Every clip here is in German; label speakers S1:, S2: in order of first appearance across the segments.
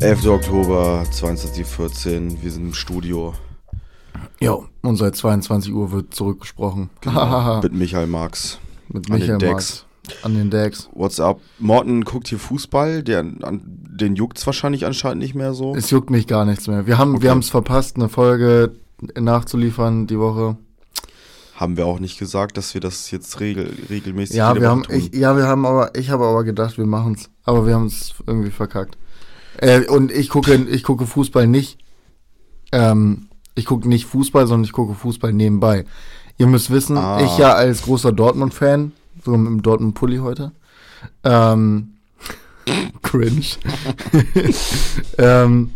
S1: 11. Oktober, 22.14 Uhr. Wir sind im Studio
S2: Jo, und seit 22 Uhr wird zurückgesprochen. Hahaha.
S1: mit Michael Marx.
S2: Mit
S1: an den
S2: Michael
S1: Decks.
S2: Marx. An den Decks.
S1: What's up? Morten guckt hier Fußball. Der, an, den juckt's wahrscheinlich anscheinend nicht mehr so.
S2: Es juckt mich gar nichts mehr. Wir haben
S1: Okay.
S2: wir es verpasst, eine Folge nachzuliefern die Woche.
S1: haben wir auch nicht gesagt, dass wir das jetzt regel, regelmäßig
S2: Ja,
S1: jede
S2: wir
S1: Woche
S2: haben,
S1: tun.
S2: ich, ja, wir haben aber, ich habe aber gedacht, wir machen es. Aber wir haben es irgendwie verkackt. Äh, und ich gucke, ich gucke Fußball nicht. Ähm, ich gucke nicht Fußball, sondern ich gucke Fußball nebenbei. Ihr müsst wissen,
S1: Ah.
S2: ich ja als großer Dortmund-Fan, so mit dem Dortmund-Pulli heute. Ähm, cringe. ähm,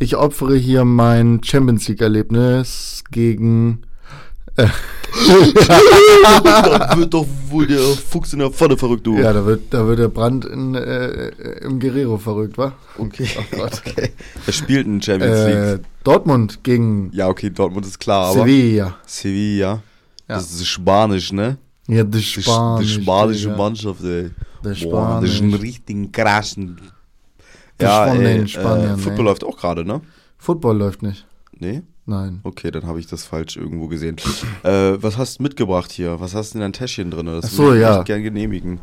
S2: ich opfere hier mein Champions League-Erlebnis gegen
S1: da wird doch wohl der Fuchs in der Pfanne verrückt, du.
S2: Ja, da wird, da wird der Brand in, äh, im Guerrero verrückt, wa?
S1: okay.
S2: Oh Gott.
S1: Er spielt in Champions
S2: Äh,
S1: League.
S2: Dortmund gegen
S1: Ja, okay, Dortmund ist klar, aber.
S2: Sevilla.
S1: Sevilla. Das ist Spanisch, ne?
S2: Ja, das
S1: Die,
S2: Spanisch.
S1: die spanische
S2: Digga.
S1: Mannschaft, ey.
S2: Das
S1: Boah, das ist ein
S2: Spanisch.
S1: richtigen krassen.
S2: Die Spanier,
S1: ey,
S2: Spanier,
S1: äh, Football
S2: nee.
S1: läuft auch gerade, ne?
S2: Football läuft nicht.
S1: Nee?
S2: Nein.
S1: Okay, dann habe ich das falsch irgendwo gesehen. äh, was hast du mitgebracht hier? Was hast du in dein Täschchen drin? Das
S2: Ach so,
S1: würd ich
S2: ja.
S1: echt gern genehmigen.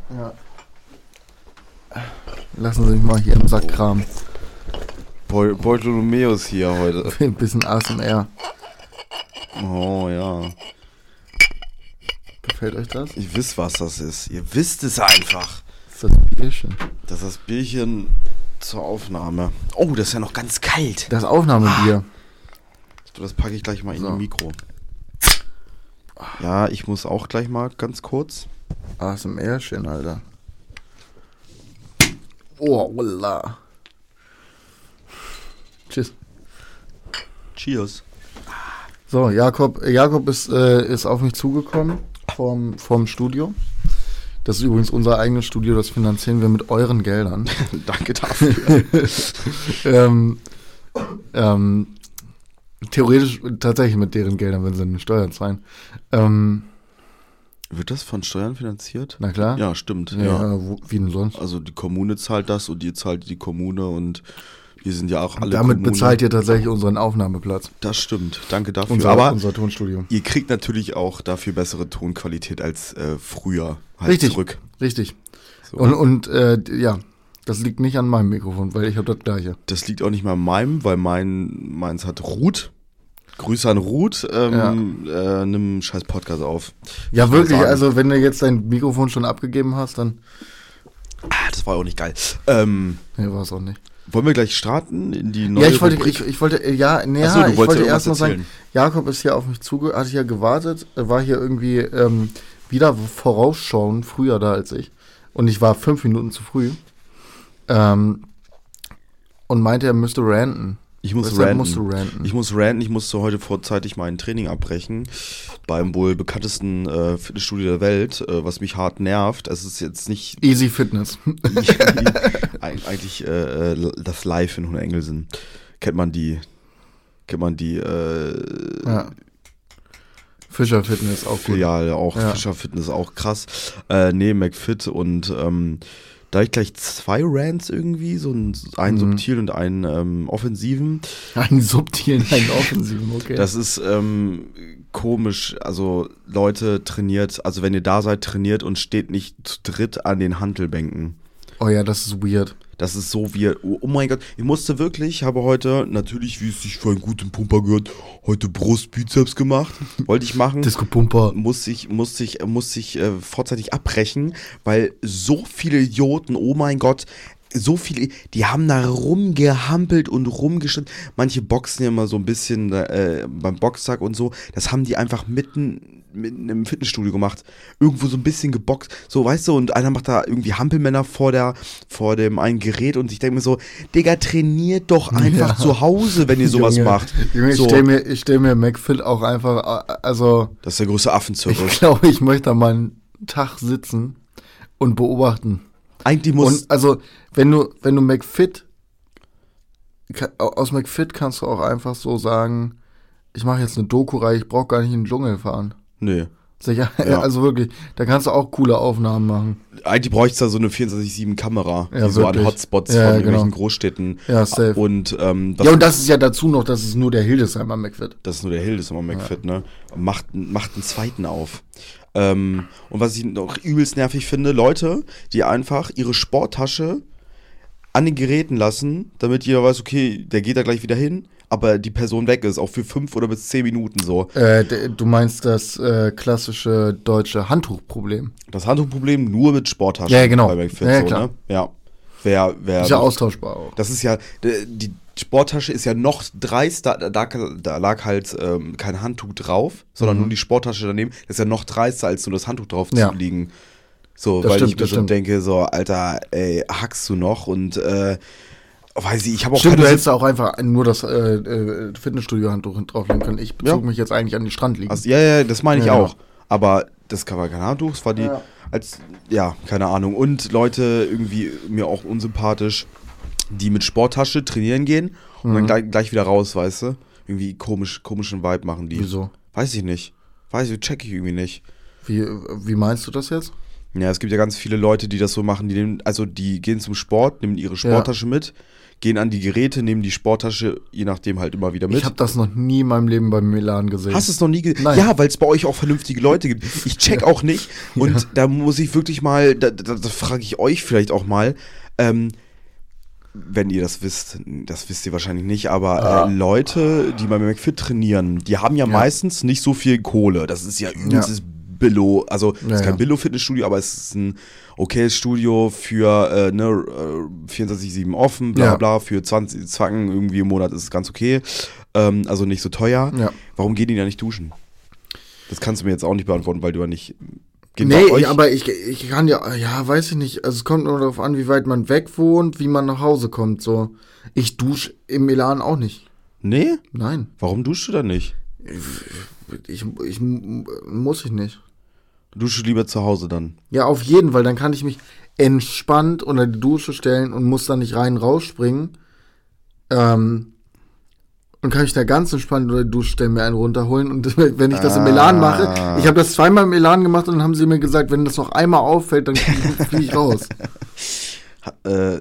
S2: Lassen Sie mich mal hier im Sack kramen.
S1: Bol Bartholomäus ist hier heute.
S2: Ein bisschen ASMR.
S1: Oh ja.
S2: Gefällt euch das?
S1: Ihr wisst, was das ist. Ihr wisst es einfach.
S2: Das ist das Bierchen.
S1: Das ist das Bierchen zur Aufnahme. Oh, das ist ja noch ganz kalt.
S2: Das Aufnahmebier.
S1: So, Das packe ich gleich mal in
S2: So.
S1: die Mikro. Ja, ich muss auch gleich mal ganz kurz.
S2: ASMR-Chen, Alter. Oh, Ola. Tschüss.
S1: Cheers.
S2: So, Jakob, Jakob ist, äh, ist auf mich zugekommen vom, vom Studio. Das ist übrigens unser eigenes Studio, das finanzieren wir mit euren Geldern.
S1: Danke dafür.
S2: ähm, ähm, theoretisch tatsächlich mit deren Geldern, wenn sie eine Steuern zahlen. Ähm,
S1: Wird das von Steuern finanziert?
S2: na klar.
S1: Ja, stimmt.
S2: Ja,
S1: Ja.
S2: wo, wie denn sonst?
S1: Also die Kommune zahlt das und ihr zahlt die Kommune und wir sind ja auch alle.
S2: Damit
S1: Kommune.
S2: bezahlt ihr tatsächlich unseren Aufnahmeplatz.
S1: Das stimmt. Danke dafür.
S2: Unser,
S1: Aber
S2: unser Tonstudio.
S1: ihr kriegt natürlich auch dafür bessere Tonqualität als äh, früher. Halt
S2: Richtig.
S1: Zurück.
S2: Richtig.
S1: So.
S2: Und, und äh, ja, das liegt nicht an meinem Mikrofon, weil ich habe das gleiche.
S1: das liegt auch nicht mal an meinem, weil mein, meins hat Ruth. Grüße an Ruth. Ähm, äh, nimm einen scheiß Podcast auf.
S2: Ja,
S1: Ich
S2: wirklich.
S1: muss sagen,
S2: Also, wenn du jetzt dein Mikrofon schon abgegeben hast, dann.
S1: ah, Das war auch nicht geil. Ähm,
S2: Nee, war es auch nicht.
S1: wollen wir gleich starten in die neue
S2: ja, ich wollte,
S1: Rubrik?
S2: ich, ich wollte, äh, ja, nee,
S1: Ach so, du wolltest
S2: ich wollte
S1: irgendwas
S2: erst mal sagen,
S1: erzählen.
S2: Jakob ist hier auf mich zuge, hat hier gewartet, äh, war hier irgendwie ähm, wieder vorausschauend früher da als ich. Und ich war fünf Minuten zu früh. Ähm, und meinte, er müsste ranten.
S1: Ich muss
S2: Deshalb
S1: ranten.
S2: musst du ranten.
S1: Ich muss ranten, ich musste heute vorzeitig mein Training abbrechen. Beim wohl bekanntesten äh, Fitnessstudio der Welt, äh, was mich hart nervt. Es ist jetzt nicht
S2: Easy Fitness.
S1: eig- eigentlich äh, äh, das Live in Hohenengelsen. Kennt man die? Kennt man die äh,
S2: ja. Fischer Fitness, auch gut.
S1: Filiale auch,
S2: Ja.
S1: Fischer Fitness auch krass. Äh, nee, McFit und ähm, da ich gleich zwei Rants irgendwie, so einen, einen
S2: Mhm.
S1: subtilen und einen ähm, offensiven.
S2: Einen subtilen, einen offensiven, okay.
S1: Das ist ähm, komisch. Also Leute trainiert, also wenn ihr da seid, trainiert und steht nicht zu dritt an den Hantelbänken.
S2: oh ja, das ist weird.
S1: Das ist so wie, oh, oh mein Gott, ich musste wirklich, habe heute natürlich, wie es sich für einen guten Pumper gehört, heute Brust, Bizeps gemacht. Wollte ich machen.
S2: Disco Pumper.
S1: musste ich, musste ich, musste ich äh, vorzeitig abbrechen, weil so viele Idioten, oh mein Gott, so viele, die haben da rumgehampelt und rumgeschnitten. Manche boxen ja immer so ein bisschen äh, beim Boxsack und so. Das haben die einfach mitten, mitten im Fitnessstudio gemacht. Irgendwo so ein bisschen geboxt. So, weißt du, und einer macht da irgendwie Hampelmänner vor, der, vor dem einen Gerät und ich denke mir so, Digga, trainiert doch einfach
S2: Ja.
S1: zu Hause, wenn ihr sowas
S2: Junge,
S1: macht.
S2: Junge,
S1: so,
S2: ich stelle mir, ich stell mir McFit auch einfach, äh, also
S1: das ist der größte Affenzirkus.
S2: ich glaube, ich möchte da mal einen Tag sitzen und beobachten.
S1: Eigentlich muss,
S2: Und also, wenn du, wenn du McFit, ka- aus McFit kannst du auch einfach so sagen, ich mache jetzt eine Doku-Reihe, ich brauche gar nicht in den Dschungel fahren.
S1: nee.
S2: Sicher.
S1: Ja.
S2: Also wirklich, da kannst du auch coole Aufnahmen machen.
S1: Eigentlich bräuchte es da so eine 24-7-Kamera,
S2: Ja,
S1: die so an
S2: wirklich.
S1: Hotspots
S2: Ja,
S1: von
S2: ja,
S1: irgendwelchen
S2: genau.
S1: Großstädten.
S2: Ja, safe.
S1: Und ähm, das,
S2: ja, und das ist ja dazu noch, dass es nur der Hildesheimer Mac wird.
S1: das ist nur der Hildesheimer McFit, ne? Macht, macht einen zweiten auf. Ähm, und was ich noch übelst nervig finde, Leute, die einfach ihre Sporttasche an den Geräten lassen, damit jeder weiß, okay, der geht da gleich wieder hin, aber die Person weg ist, auch für fünf oder bis zehn Minuten so.
S2: Äh, d- du meinst das äh, klassische deutsche Handtuchproblem.
S1: Das Handtuchproblem nur mit Sporttaschen.
S2: Ja, genau.
S1: Bei McFit,
S2: Ja, ja,
S1: so,
S2: klar.
S1: ne? Ja. Wer, wer
S2: Ist ja austauschbar auch.
S1: Das ist ja, d- die Sporttasche ist ja noch dreister, da, da, da lag halt ähm, kein Handtuch drauf, sondern nur die Sporttasche daneben. Das ist ja noch dreister, als nur das Handtuch drauf
S2: Mhm. Ja.
S1: zu liegen. So,
S2: Das
S1: weil
S2: stimmt,
S1: ich mir
S2: das
S1: so
S2: stimmt.
S1: denke, so, Alter, ey, hackst du noch? Und äh, weiß ich, ich habe auch
S2: Stimmt,
S1: keine
S2: du
S1: so-
S2: hättest da auch einfach nur das äh, äh, Fitnessstudio-Handtuch drauflegen können. Ich bezog mich jetzt eigentlich an den Strand liegen.
S1: Also, ja, ja, das meine ich
S2: Ja,
S1: auch.
S2: genau.
S1: Aber das kann man keine Ahnung, es war die,
S2: Ja.
S1: als, ja, keine Ahnung. Und Leute irgendwie mir auch unsympathisch, die mit Sporttasche trainieren gehen und
S2: Mhm.
S1: dann gleich, gleich wieder raus, weißt du? Irgendwie komisch, komischen Vibe machen die.
S2: Wieso?
S1: Weiß ich nicht. Weiß ich, check ich irgendwie nicht.
S2: Wie, wie meinst du das jetzt?
S1: Ja, es gibt ja ganz viele Leute, die das so machen, die nehmen, also die gehen zum Sport, nehmen ihre Sporttasche mit, gehen an die Geräte, nehmen die Sporttasche, je nachdem halt immer wieder mit.
S2: Ich habe das noch nie in meinem Leben beim Milan gesehen.
S1: Hast du es noch nie gesehen?
S2: Nein.
S1: Ja, weil es bei euch auch vernünftige Leute gibt. Ich check auch nicht. Und da muss ich wirklich mal, da, da, da frage ich euch vielleicht auch mal, ähm, wenn ihr das wisst, das wisst ihr wahrscheinlich nicht, aber äh, Leute, die bei McFit trainieren, die haben ja, meistens nicht so viel Kohle. Das ist ja übelstes Billo, also es
S2: Ja,
S1: ist kein
S2: ja.
S1: Billo-Fitnessstudio, aber es ist ein okayes Studio für äh, ne, äh, 24-7 offen, bla
S2: Ja.
S1: bla, für 20 Zacken irgendwie im Monat ist es ganz okay. Ähm, also nicht so teuer.
S2: Ja.
S1: Warum gehen die da nicht duschen? Das kannst du mir jetzt auch nicht beantworten, weil du ja nicht. Geht genau bei
S2: Nee,
S1: euch-
S2: aber ich, ich kann ja, ja, weiß ich nicht. Also es kommt nur darauf an, wie weit man weg wohnt, wie man nach Hause kommt. So, ich dusche im Milan auch nicht.
S1: nee?
S2: Nein,
S1: Warum duschst du da nicht?
S2: ich, ich muss ich nicht.
S1: Dusche lieber zu Hause dann.
S2: Ja, auf jeden, weil dann kann ich mich entspannt unter die Dusche stellen und muss dann nicht rein rausspringen. Ähm, und kann ich da ganz entspannt unter die Dusche stellen, mir einen runterholen. Und wenn ich das im
S1: Ah.
S2: Elan mache, ich habe das zweimal im Elan gemacht und dann haben sie mir gesagt, wenn das noch einmal auffällt, dann fliege ich raus.
S1: Äh,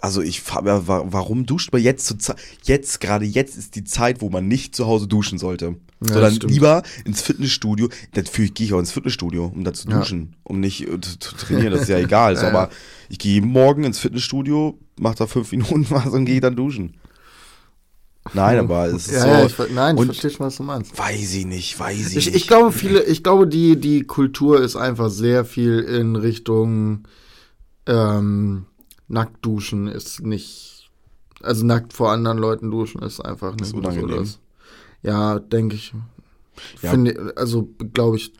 S1: also ich frage, ja, wa- warum duscht man jetzt zur Zeit? Jetzt, gerade jetzt ist die Zeit, wo man nicht zu Hause duschen sollte.
S2: Ja,
S1: Sondern
S2: stimmt.
S1: lieber ins Fitnessstudio. Dafür gehe ich auch ins Fitnessstudio, um da zu
S2: Ja.
S1: duschen. Um nicht äh, zu, zu trainieren, das ist ja egal. so, aber ich gehe jeden morgen ins Fitnessstudio, mache da fünf Minuten was und gehe dann duschen. Nein, aber es ist
S2: Ja,
S1: so.
S2: ja, ich, ver- nein, ich
S1: und
S2: verstehe schon, was du meinst.
S1: Weiß ich nicht, weiß ich,
S2: Ich,
S1: nicht.
S2: ich glaube, viele, ich glaube, die, die Kultur ist einfach sehr viel in Richtung ähm, nackt duschen ist nicht, also nackt vor anderen Leuten duschen ist einfach nicht
S1: Ist unangenehm.
S2: Ja, denke ich.
S1: Ja.
S2: Finde, also glaube ich,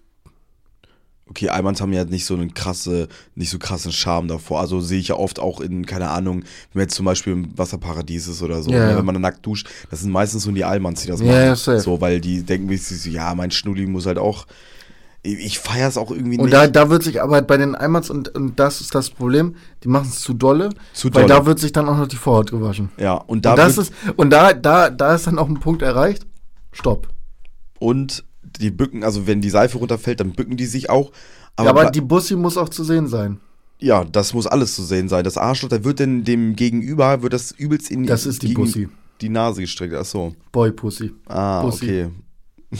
S1: Okay, Almans haben ja nicht so einen krasse, nicht so krassen Charme davor. Also sehe ich ja oft auch in, keine Ahnung, wenn man jetzt zum Beispiel im Wasserparadies ist oder so,
S2: Ja,
S1: ne,
S2: ja.
S1: wenn man da nackt duscht, das sind meistens nur die Almans, die das
S2: Ja,
S1: machen.
S2: ja, safe.
S1: So, weil die denken sich so, ja, mein Schnulli muss halt auch. Ich, ich feiere es auch irgendwie
S2: Und
S1: nicht.
S2: da, da wird sich aber bei den Eimerns, und, und das ist das Problem, die machen es zu dolle,
S1: Zu dolle.
S2: weil da wird sich dann auch noch die Vorhaut gewaschen.
S1: ja, und da
S2: und das
S1: wird-
S2: ist, und da, da, da ist dann auch ein Punkt erreicht. Stopp.
S1: und die bücken, also wenn die Seife runterfällt, dann bücken die sich auch.
S2: Aber, ja,
S1: bei-
S2: aber die Bussi muss auch zu sehen sein.
S1: ja, das muss alles zu sehen sein. Das Arschloch, da wird denn dem Gegenüber, wird das übelst in
S2: Das ist die
S1: gegen
S2: Bussi.
S1: die Nase gestreckt. Ach so.
S2: Boy Pussy.
S1: Ah,
S2: Bussi.
S1: okay.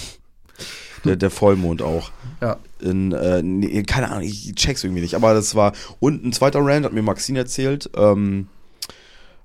S1: der, der Vollmond auch.
S2: Ja.
S1: In, äh, nee, keine Ahnung, ich check's irgendwie nicht. Aber das war. Und ein zweiter Rand hat mir Maxine erzählt, ähm,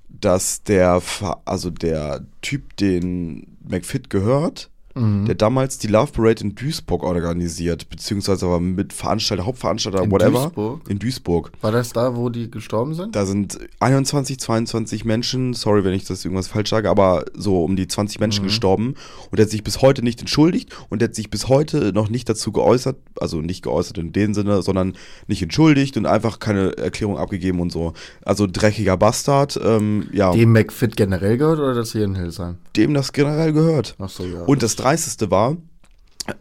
S1: dass der, Fa- also der Typ, den McFit gehört,
S2: Mhm.
S1: der damals die Love Parade in Duisburg organisiert, beziehungsweise war mit Veranstalter, Hauptveranstalter,
S2: In
S1: Äh, whatever.
S2: Duisburg?
S1: In Duisburg.
S2: War das da, wo die gestorben sind?
S1: Da sind 21, 22 Menschen, sorry, wenn ich das irgendwas falsch sage, aber so um die 20 Menschen gestorben und er hat sich bis heute nicht entschuldigt und er hat sich bis heute noch nicht dazu geäußert, also nicht geäußert in dem Sinne, sondern nicht entschuldigt und einfach keine Erklärung abgegeben und so. Also dreckiger Bastard, ähm, ja, dem,
S2: Dem McFit generell gehört oder das hier in Hillsheim?
S1: das generell gehört.
S2: Ach so, ja.
S1: Und das Dreisteste war,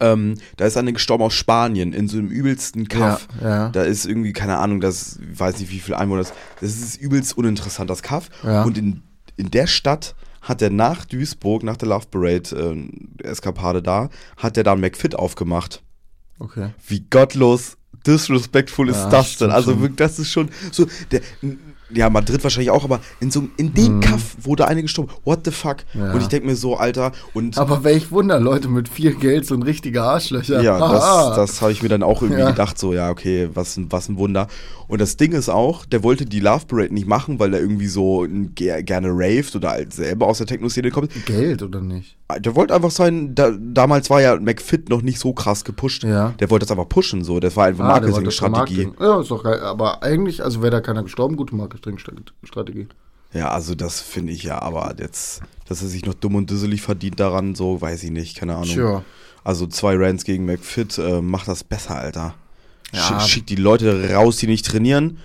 S1: ähm, da ist eine gestorben aus Spanien in so einem übelsten Kaff.
S2: Ja, ja.
S1: Da ist irgendwie, keine Ahnung, das ich weiß nicht, wie viel Einwohner das Das ist übelst uninteressant, das Kaff.
S2: Ja.
S1: Und in, in der Stadt hat er nach äh, Duisburg, nach der Love Parade ähm, Eskapade da, hat er dann McFit aufgemacht.
S2: Okay.
S1: Wie gottlos disrespectful ist
S2: Ja,
S1: das denn?
S2: stimmt
S1: Also
S2: schon.
S1: wirklich, das ist schon so. Der, ja, Madrid wahrscheinlich auch, aber in so einem- in dem Kaff wurde eine gestorben. What the fuck?
S2: Mhm. Ja.
S1: Und ich denke mir so, Alter, und
S2: Aber welch Wunder, Leute mit viel Geld sind richtige Arschlöcher.
S1: ja,
S2: Haha.
S1: das, das habe ich mir dann auch irgendwie
S2: Ja.
S1: gedacht, so, ja, okay, was, ein- was ein Wunder. Und das Ding ist auch, der wollte die Love Parade nicht machen, weil er irgendwie so ein- ger- gerne raved oder halt selber aus der Techno-Szene kommt.
S2: Geld oder nicht?
S1: Der wollte einfach sein, da, damals war ja McFit noch nicht so krass gepusht.
S2: Ja.
S1: Der wollte das einfach pushen, so. Das war einfach
S2: Ah, der wollte das
S1: Marketingstrategie.
S2: vermarkten. Ja, ist doch geil. Aber eigentlich, also wäre da keiner gestorben, gute Marketingstrategie.
S1: Ja, also das finde ich ja, aber jetzt, dass er sich noch dumm und düsselig verdient daran, so, weiß ich nicht, keine Ahnung.
S2: Tja.
S1: Also zwei Rants gegen McFit, äh, macht das besser, Alter.
S2: Ja.
S1: Schick, schick die Leute raus, die nicht trainieren.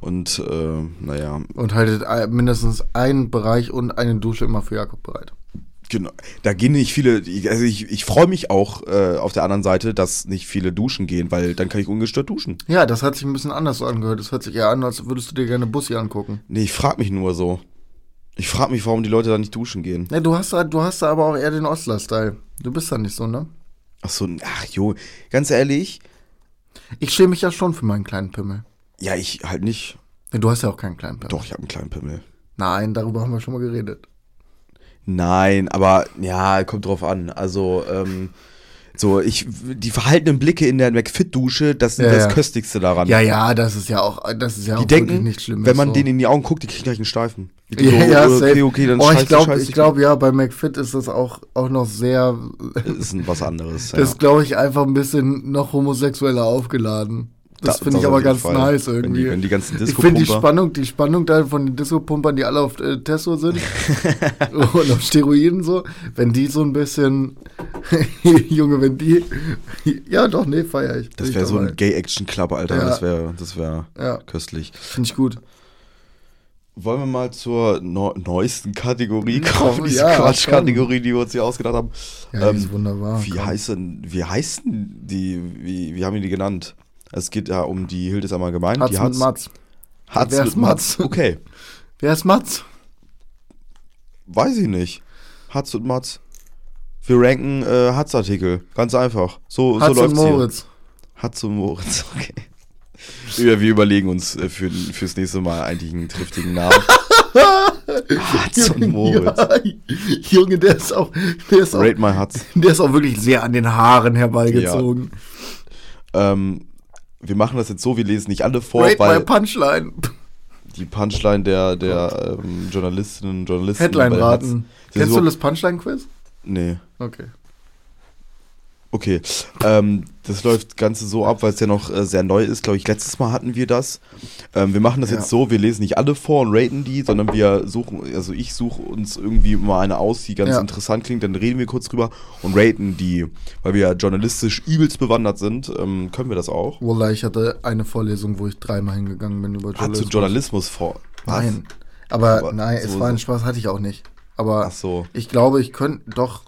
S1: Und äh, naja,
S2: Und haltet äh, mindestens einen Bereich und eine Dusche immer für Jakob bereit.
S1: genau. Da gehen nicht viele, ich- also ich, ich freue mich auch äh, auf der anderen Seite, dass nicht viele duschen gehen, weil dann kann ich ungestört duschen.
S2: Ja, das hat sich ein bisschen anders angehört. Das hört sich eher an, als würdest du dir gerne Bussi angucken.
S1: Nee, ich frag mich nur so. Ich frag mich, warum die Leute da nicht duschen gehen.
S2: Ne, du hast da, du hast da aber auch eher den Osler-Style. Du bist da nicht so, ne?
S1: Ach so, ach jo, ganz ehrlich,
S2: Ich schäme mich ja schon für meinen kleinen Pimmel.
S1: ja, ich halt nicht.
S2: Ne, du hast ja auch keinen kleinen Pimmel.
S1: Doch, ich habe einen kleinen Pimmel.
S2: Nein, darüber haben wir schon mal geredet.
S1: Nein, aber ja, kommt drauf an. Also, ähm, so, ich, die verhaltenen Blicke in der McFit-Dusche, das sind
S2: Ja,
S1: das
S2: ja.
S1: Köstlichste daran.
S2: Ja, ja, das ist ja auch, das ist ja
S1: die
S2: auch
S1: denken,
S2: nicht schlimm.
S1: wenn man
S2: so.
S1: denen in die Augen guckt, die kriegen gleich einen Steifen. Die
S2: ja,
S1: denken,
S2: ja,
S1: oh, okay,
S2: safe.
S1: okay, dann
S2: oh,
S1: scheiß,
S2: ich glaube,
S1: scheiß
S2: ich
S1: dich-
S2: glaube, ja, bei McFit ist das auch, auch noch sehr,
S1: ist ein was anderes.
S2: das
S1: ja.
S2: glaube ich einfach ein bisschen noch homosexueller aufgeladen. Das
S1: Da-
S2: finde ich
S1: auf
S2: aber
S1: jeden
S2: ganz
S1: Fall.
S2: nice
S1: Wenn
S2: irgendwie.
S1: die, wenn die ganzen
S2: ich finde die
S1: Disco-Pumper.
S2: Spannung, die Spannung da von den Disco-Pumpern, die alle auf äh, Testo sind und auf Steroiden so, wenn die so ein bisschen, Junge, wenn die, ja doch, nee, feier ich.
S1: Das
S2: Bin
S1: wäre
S2: ich
S1: so
S2: dabei.
S1: ein Gay-Action-Club, Alter.
S2: Ja.
S1: Das wäre das wär
S2: Ja.
S1: köstlich.
S2: Finde ich gut.
S1: Wollen wir mal zur neu- neuesten Kategorie kommen?
S2: komm,
S1: Diese
S2: ja,
S1: Quatschkategorie, die wir uns hier ausgedacht haben.
S2: Ja,
S1: Ähm,
S2: die ist wunderbar.
S1: Wie
S2: Ah, komm.
S1: heißen, wie heißen die, wie, wie haben wir die genannt? Es geht ja um die Hildesheimer Gemeinde.
S2: Hatz
S1: die
S2: mit Matz.
S1: Harz
S2: Wer
S1: mit
S2: ist Matz?
S1: Matz. Okay,
S2: Wer ist Matz?
S1: Oh, weiß ich nicht. Harz und Matz. Wir ranken äh, Harz-Artikel. Ganz einfach. So,
S2: Hatz
S1: so
S2: und
S1: läuft's hier.
S2: Moritz.
S1: Hatz und Moritz, okay. Wir, wir überlegen uns äh, für, fürs nächste Mal eigentlich einen triftigen Namen. Hatz und Moritz.
S2: Ja, Junge, der ist auch, der ist auch,
S1: Rate my Hatz.
S2: der ist auch wirklich sehr an den Haaren herbeigezogen.
S1: Ähm, wir machen das jetzt so, wir lesen nicht alle vor,
S2: Rate
S1: weil
S2: my Punchline.
S1: die Punchline der, der ähm, Journalistinnen und Journalisten.
S2: Headline
S1: bei
S2: raten.
S1: Hatz- die
S2: Kennst
S1: so,
S2: du das Punchline-Quiz?
S1: Nee.
S2: Okay.
S1: Okay. Ähm, das läuft Ganze so ab, weil es ja noch äh, sehr neu ist, glaube ich. Letztes Mal hatten wir das. Ähm, wir machen das
S2: Ja.
S1: jetzt so, wir lesen nicht alle vor und raten die, sondern wir suchen, also ich suche uns irgendwie mal eine aus, die ganz
S2: Ja.
S1: interessant klingt, dann reden wir kurz drüber und raten die. Weil wir ja journalistisch übelst bewandert sind, ähm, können wir das auch.
S2: Wallah, ich hatte eine Vorlesung, wo ich dreimal hingegangen bin über
S1: Hast du
S2: Journalismus.
S1: Journalismus vor? Was?
S2: Nein. Aber,
S1: Aber
S2: nein, es
S1: so-
S2: war ein Spaß, hatte ich auch nicht. Aber
S1: Ach so.
S2: ich glaube, ich könnte doch,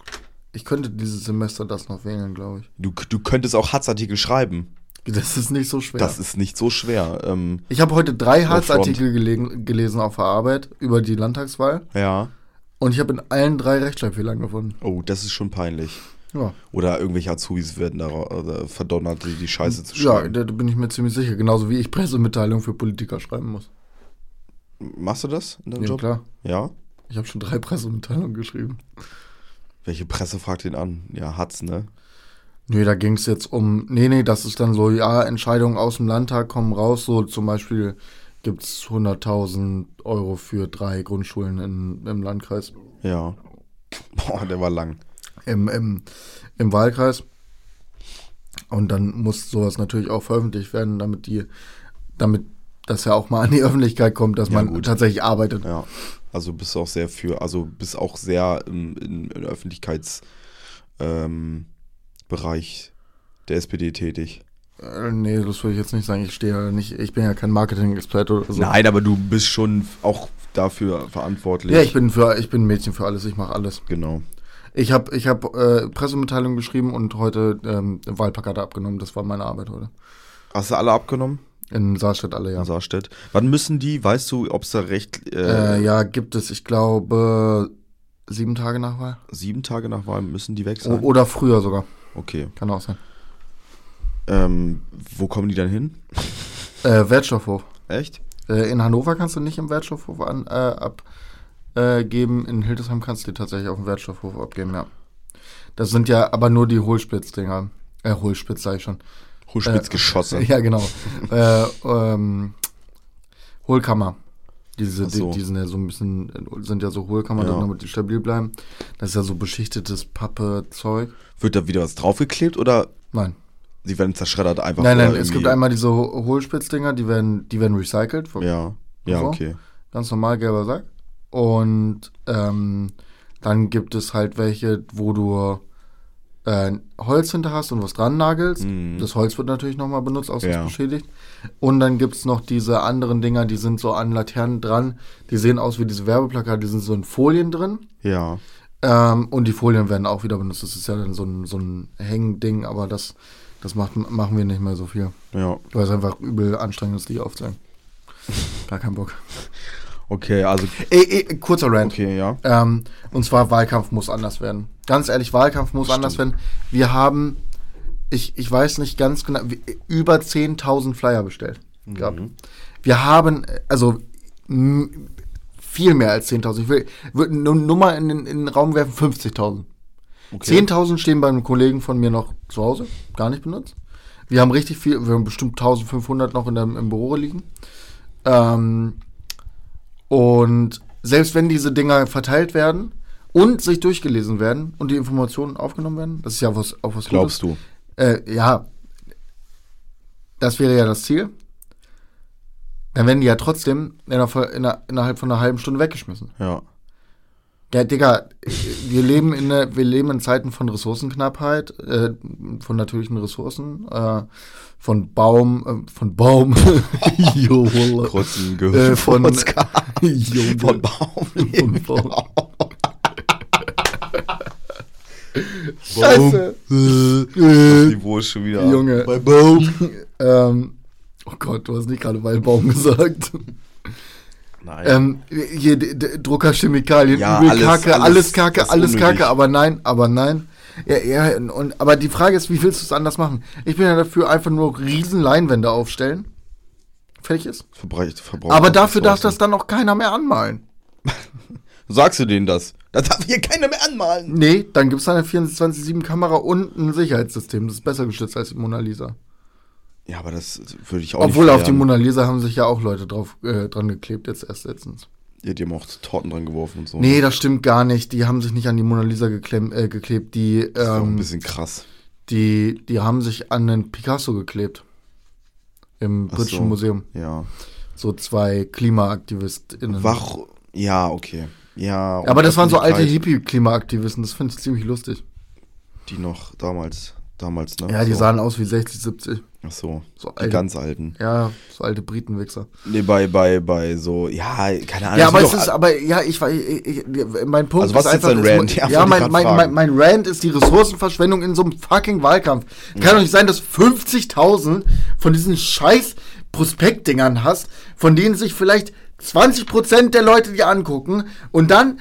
S2: ich könnte dieses Semester das noch wählen, glaube ich.
S1: Du, du könntest auch Hatzartikel schreiben.
S2: Das ist nicht so schwer.
S1: Das ist nicht so schwer. Ähm,
S2: ich habe heute drei
S1: front.
S2: Harz-Artikel gelegen- gelesen auf der Arbeit über die Landtagswahl
S1: ja.
S2: und ich habe in allen drei Rechtschreibfehlern gefunden.
S1: Oh, das ist schon peinlich.
S2: Ja.
S1: Oder irgendwelche Azubis werden da äh, verdonnert, die, die Scheiße zu
S2: Ja,
S1: schreiben.
S2: da da bin ich mir ziemlich sicher. Genauso wie ich Pressemitteilungen für Politiker schreiben muss.
S1: Machst du das in deinem
S2: Ja,
S1: Job?
S2: klar.
S1: Ja.
S2: Ich habe schon drei Pressemitteilungen geschrieben.
S1: Welche Presse fragt ihn an? Ja, Hatz, ne?
S2: Nee, da ging es jetzt um, nee, nee, das ist dann so, ja, Entscheidungen aus dem Landtag kommen raus. So zum Beispiel gibt es 100.000 Euro für drei Grundschulen in, im Landkreis,
S1: Ja. Boah, der war lang.
S2: im, im, im Wahlkreis. Und dann muss sowas natürlich auch veröffentlicht werden, damit die, damit das ja auch mal an die Öffentlichkeit kommt, dass
S1: Ja,
S2: man
S1: gut.
S2: tatsächlich arbeitet.
S1: Ja. Also bist auch sehr für, also bist auch sehr im, in, in Öffentlichkeitsbereich ähm, Bereich der SPD tätig.
S2: Äh, nee, das würde ich jetzt nicht sagen. Ich stehe ja nicht, ich bin ja kein Marketing-Experte oder so.
S1: Nein, aber du bist schon auch dafür verantwortlich.
S2: Ja, ich bin für, ich bin ein Mädchen für alles, ich mache alles.
S1: Genau.
S2: Ich habe ich hab, äh, Pressemitteilung geschrieben und heute ähm, Wahlplakate abgenommen. Das war meine Arbeit heute.
S1: Hast du alle abgenommen?
S2: In Saarstedt alle, ja.
S1: in Saarstedt. Wann müssen die, weißt du, ob es da recht äh,
S2: Äh, ja, gibt es, ich glaube, sieben Tage nach Wahl.
S1: sieben Tage nach Wahl müssen die weg
S2: O
S1: sein?
S2: oh. oder früher sogar.
S1: Okay.
S2: Kann auch sein.
S1: Ähm, wo kommen die dann hin?
S2: Äh, Wertstoffhof.
S1: Echt?
S2: Äh, in Hannover kannst du nicht im Wertstoffhof an, äh, abgeben. In Hildesheim kannst du die tatsächlich auf dem Wertstoffhof abgeben, ja. Das sind ja aber nur die Hohlspitzdinger. Äh, Hohlspitz sag ich schon.
S1: Hohlspitzgeschosse.
S2: Ja, genau. äh, ähm, Hohlkammer. Diese,
S1: Ach so.
S2: die, die sind ja so ein bisschen, sind ja so Hohlkammer,
S1: Ja.
S2: damit die stabil bleiben. Das ist ja so beschichtetes Pappe-Zeug.
S1: Wird da wieder was draufgeklebt oder
S2: Nein.
S1: sie werden zerschreddert einfach?
S2: nein,
S1: oder
S2: nein, es gibt
S1: irgendwie-
S2: einmal diese Ho- Hohlspitzdinger, die werden, die werden recycelt.
S1: Ja, ja,
S2: So.
S1: okay.
S2: Ganz normal gelber Sack. Und ähm, dann gibt es halt welche, wo du äh, Holz hinter hast und was dran nagelst.
S1: Mhm.
S2: Das Holz wird natürlich nochmal benutzt, außer
S1: Ja.
S2: es beschädigt. Und dann gibt es noch diese anderen Dinger, die sind so an Laternen dran. Die sehen aus wie diese Werbeplakate, die sind so in Folien drin.
S1: Ja.
S2: Ähm, und die Folien werden auch wieder benutzt. Das ist ja dann so ein, so ein Hängding, aber das, das macht, machen wir nicht mehr so viel.
S1: Ja,
S2: Weil es einfach übel anstrengend ist, die aufzuhängen. Gar keinen Bock.
S1: okay, also,
S2: Ey, ey, kurzer Rant.
S1: okay, ja.
S2: Ähm, und zwar Wahlkampf muss anders werden. Ganz ehrlich, Wahlkampf muss anders werden. Wir haben, ich, ich weiß nicht ganz genau, wie- über 10.000 Flyer bestellt. Gehabt. Wir haben, äh, also m, viel mehr als 10.000. Ich will, würde eine Nummer in, den- in den Raum werfen, 50.000.
S1: Okay.
S2: 10.000 stehen bei einem Kollegen von mir noch zu Hause, gar nicht benutzt. Wir haben richtig viel, wir haben bestimmt 1.500 noch in der, im Büro liegen. Ähm, und selbst wenn diese Dinger verteilt werden und sich durchgelesen werden und die Informationen aufgenommen werden, das ist ja was, auch was
S1: Glaubst du?
S2: du? Äh, ja, das wäre ja das Ziel. Dann werden die ja trotzdem innerhalb von- inner- innerhalb von einer halben Stunde weggeschmissen.
S1: Ja.
S2: Ja, Digga, wir leben in, ne- wir leben in Zeiten von Ressourcenknappheit, äh, von natürlichen Ressourcen, äh, von Baum, äh, von Baum, jo, Wolle.
S1: Kurzen
S2: äh, von,
S1: Gehirnfurz-
S2: Junge.
S1: von Baum.
S2: Von Baum.
S1: Das
S2: Äh,
S1: Niveau ist schon wieder.
S2: Junge.
S1: Bei Baum.
S2: ähm, oh Gott, du hast nicht gerade Weinbaum gesagt.
S1: Nein.
S2: Ähm, hier, d- d- Druckerchemikalien,
S1: Ja,
S2: übel
S1: alles-
S2: Kacke,
S1: alles-
S2: alles, Kacke,
S1: das ist
S2: alles
S1: unnötig.
S2: Kacke, aber nein, aber nein. Ja, ja, und- und, aber die Frage ist, wie willst du es anders machen? Ich bin ja dafür, einfach nur riesen Leinwände aufstellen. Fertig ist.
S1: Verbreicht, verbraucht.
S2: Aber dafür darf das dann auch keiner mehr anmalen.
S1: Sagst du denen das? Da darf hier keiner mehr anmalen.
S2: Nee, dann gibt es eine 24-7-Kamera und ein Sicherheitssystem. Das ist besser geschützt als die Mona Lisa.
S1: Ja, aber das würde ich auch
S2: Obwohl
S1: nicht.
S2: auf die
S1: feiern.
S2: Mona Lisa haben sich ja auch Leute drauf, äh, dran geklebt, jetzt erst letztens.
S1: Ja, die haben auch Torten dran geworfen und so.
S2: Nee, das stimmt gar nicht. Die haben sich nicht an die Mona Lisa geklemm, äh, geklebt. Die,
S1: das ist auch ein
S2: ähm,
S1: bisschen krass.
S2: die, die haben sich an den Picasso geklebt. Im
S1: Ach
S2: britischen
S1: so.
S2: Museum.
S1: Ja.
S2: So zwei KlimaaktivistInnen.
S1: Warum? Ja, okay. Ja. und
S2: Aber das waren so alte
S1: Öffentlichkeit,
S2: Hippie-Klimaaktivisten. Das finde ich ziemlich lustig.
S1: Die noch damals, damals, ne?
S2: Ja, die
S1: so.
S2: sahen aus wie 60, 70.
S1: Ach so.
S2: So
S1: Die
S2: alte,
S1: ganz alten.
S2: ja, so alte Britenwichser.
S1: Nee, bei, bei, bei so, ja, keine Ahnung.
S2: ja,
S1: das
S2: aber
S1: sind
S2: es
S1: doch
S2: ist,
S1: a-
S2: aber ja, ich war, ich, ich, mein Punkt
S1: Also was ist jetzt dein
S2: es-
S1: Rant? Ja,
S2: Ja,
S1: wollte ich
S2: mein,
S1: grad
S2: mein,
S1: fragen.
S2: mein, mein Rant ist die Ressourcenverschwendung in so einem fucking Wahlkampf.
S1: Hm.
S2: Kann doch nicht sein, dass 50.000 von diesen scheiß Prospektdingern hast, von denen sich vielleicht 20% der Leute die angucken und dann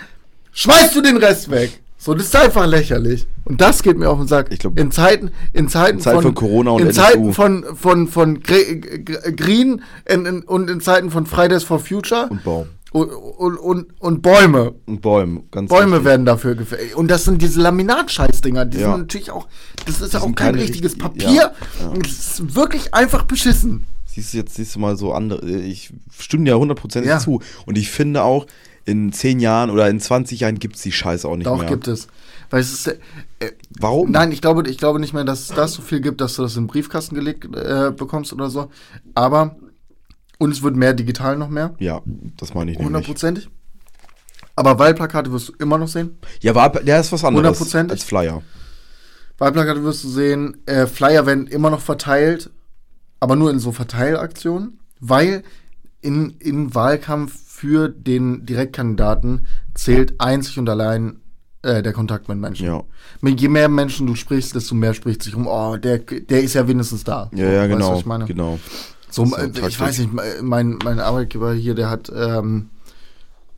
S2: schmeißt du den Rest weg. So, das ist einfach lächerlich. Und das geht mir auf den Sack.
S1: Ich glaub-
S2: in Zeiten, in Zeiten,
S1: In Zeiten von Corona und
S2: in
S1: NSU.
S2: Zeiten von, von, von Gre- Gre- Green in, in, und in Zeiten von Fridays for Future
S1: Und Baum.
S2: und, und, und, und Bäume.
S1: Und Bäume, ganz
S2: Bäume
S1: richtig.
S2: werden dafür gefällt. Und das sind diese Laminatscheißdinger. Die
S1: Ja.
S2: sind natürlich auch. Das ist ja auch
S1: sind
S2: kein
S1: keine
S2: richtiges
S1: richtig-
S2: Papier.
S1: ja, ja.
S2: Das ist wirklich einfach beschissen.
S1: Siehst du jetzt, siehst du mal so andere. Ich stimme dir hundertprozentig
S2: Ja.
S1: zu. Und ich finde auch, in zehn Jahren oder in 20 Jahren gibt es die Scheiße auch nicht
S2: Doch
S1: mehr.
S2: gibt es. Weil es ist. Äh,
S1: Warum?
S2: nein, ich glaube, ich glaube nicht mehr, dass es das so viel gibt, dass du das in den Briefkasten gelegt äh, bekommst oder so. Aber. Und es wird mehr digital noch mehr.
S1: Ja, das meine ich nämlich.
S2: Hundertprozentig. Aber Wahlplakate wirst du immer noch sehen.
S1: Ja, war, der ist was anderes
S2: 100%?
S1: als Flyer.
S2: Wahlplakate wirst du sehen, äh, Flyer werden immer noch verteilt, aber nur in so Verteilaktionen, weil in, in Wahlkampf für den Direktkandidaten zählt einzig und allein äh, der Kontakt mit Menschen.
S1: Ja.
S2: Mit je mehr Menschen du sprichst, desto mehr spricht sich um, oh, der, der ist ja wenigstens da.
S1: Ja, ja,
S2: Oh, Weißt du,
S1: genau.
S2: was ich meine?
S1: Genau.
S2: So,
S1: So
S2: äh,
S1: Taktik.
S2: ich weiß nicht, mein, mein Arbeitgeber hier, der hat, ähm,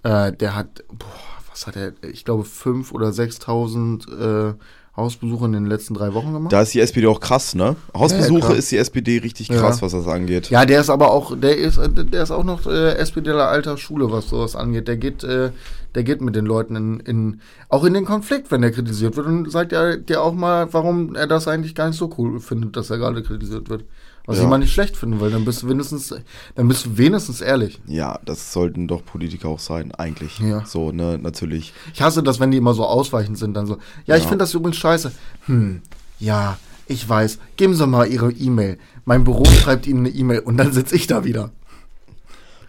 S2: äh, der hat, boah, was hat er, ich glaube, 5.000 oder 6.000 äh, Hausbesuche in den letzten drei Wochen gemacht.
S1: Da ist die SPD auch krass, ne?
S2: Ja, ja,
S1: Hausbesuche
S2: klar.
S1: ist die SPD richtig krass,
S2: Ja.
S1: was das angeht.
S2: Ja, der ist aber auch, der ist, äh, der ist auch noch äh, SPDler alter Schule, was sowas angeht. Der geht, äh, der geht mit den Leuten in, in, auch in den Konflikt, wenn er kritisiert wird. Und sagt er dir auch mal, warum er das eigentlich gar nicht so cool findet, dass er gerade kritisiert wird. Was
S1: Ja.
S2: ich mal nicht schlecht finden will. Dann bist du wenigstens, dann bist du wenigstens ehrlich.
S1: Ja, das sollten doch Politiker auch sein, eigentlich.
S2: Ja.
S1: So, ne, natürlich.
S2: Ich hasse das, wenn die immer so ausweichend sind, dann so. Ja, ich
S1: Ja.
S2: finde das übrigens scheiße. Hm, ja, ich weiß. Geben Sie mal Ihre E-Mail. Mein Büro schreibt Ihnen eine E-Mail und dann sitze ich da wieder.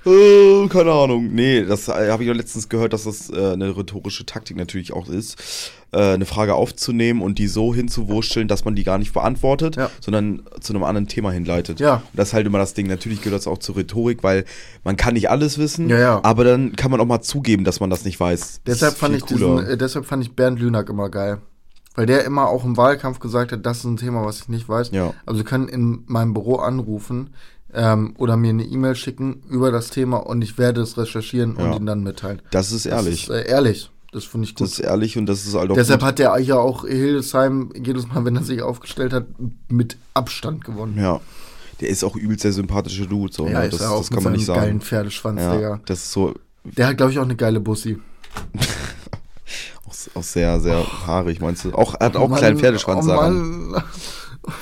S1: Äh, keine Ahnung. Nee, das äh, habe ich ja letztens gehört, dass das äh, eine rhetorische Taktik natürlich auch ist, äh, eine Frage aufzunehmen und die so hinzuwurschteln, dass man die gar nicht beantwortet,
S2: Ja.
S1: sondern zu einem anderen Thema hinleitet.
S2: Ja.
S1: Und das ist halt immer das Ding. Natürlich gehört das auch zur Rhetorik, weil man kann nicht alles wissen,
S2: Ja, ja.
S1: aber dann kann man auch mal zugeben, dass man das nicht weiß. Das
S2: Deshalb
S1: ist
S2: fand,
S1: viel
S2: ich
S1: cooler.
S2: diesen, äh, deshalb fand ich Bernd Lünack immer geil. Weil der immer auch im Wahlkampf gesagt hat, das ist ein Thema, was ich nicht weiß.
S1: Ja.
S2: Also Sie können in meinem Büro anrufen ähm, oder mir eine E-Mail schicken über das Thema und ich werde es recherchieren
S1: Ja.
S2: und Ihnen dann mitteilen.
S1: das ist ehrlich.
S2: Das ist, äh, ehrlich. Das finde ich gut.
S1: Das ist ehrlich und das ist halt auch
S2: Deshalb
S1: gut.
S2: hat der ja auch Hildesheim jedes Mal, wenn er sich aufgestellt hat, mit Abstand gewonnen.
S1: Ja. Der ist auch übelst der sympathische Dude. So, ne? das, das kann man nicht
S2: geilen
S1: sagen.
S2: Pferdeschwanz,
S1: Ja,
S2: Digga.
S1: das ist so
S2: Der hat, glaube ich, auch eine geile Bussi.
S1: auch, auch sehr, sehr haarig, meinst du? Auch, hat auch einen kleinen Pferdeschwanz,
S2: oh
S1: sagen.
S2: Mann,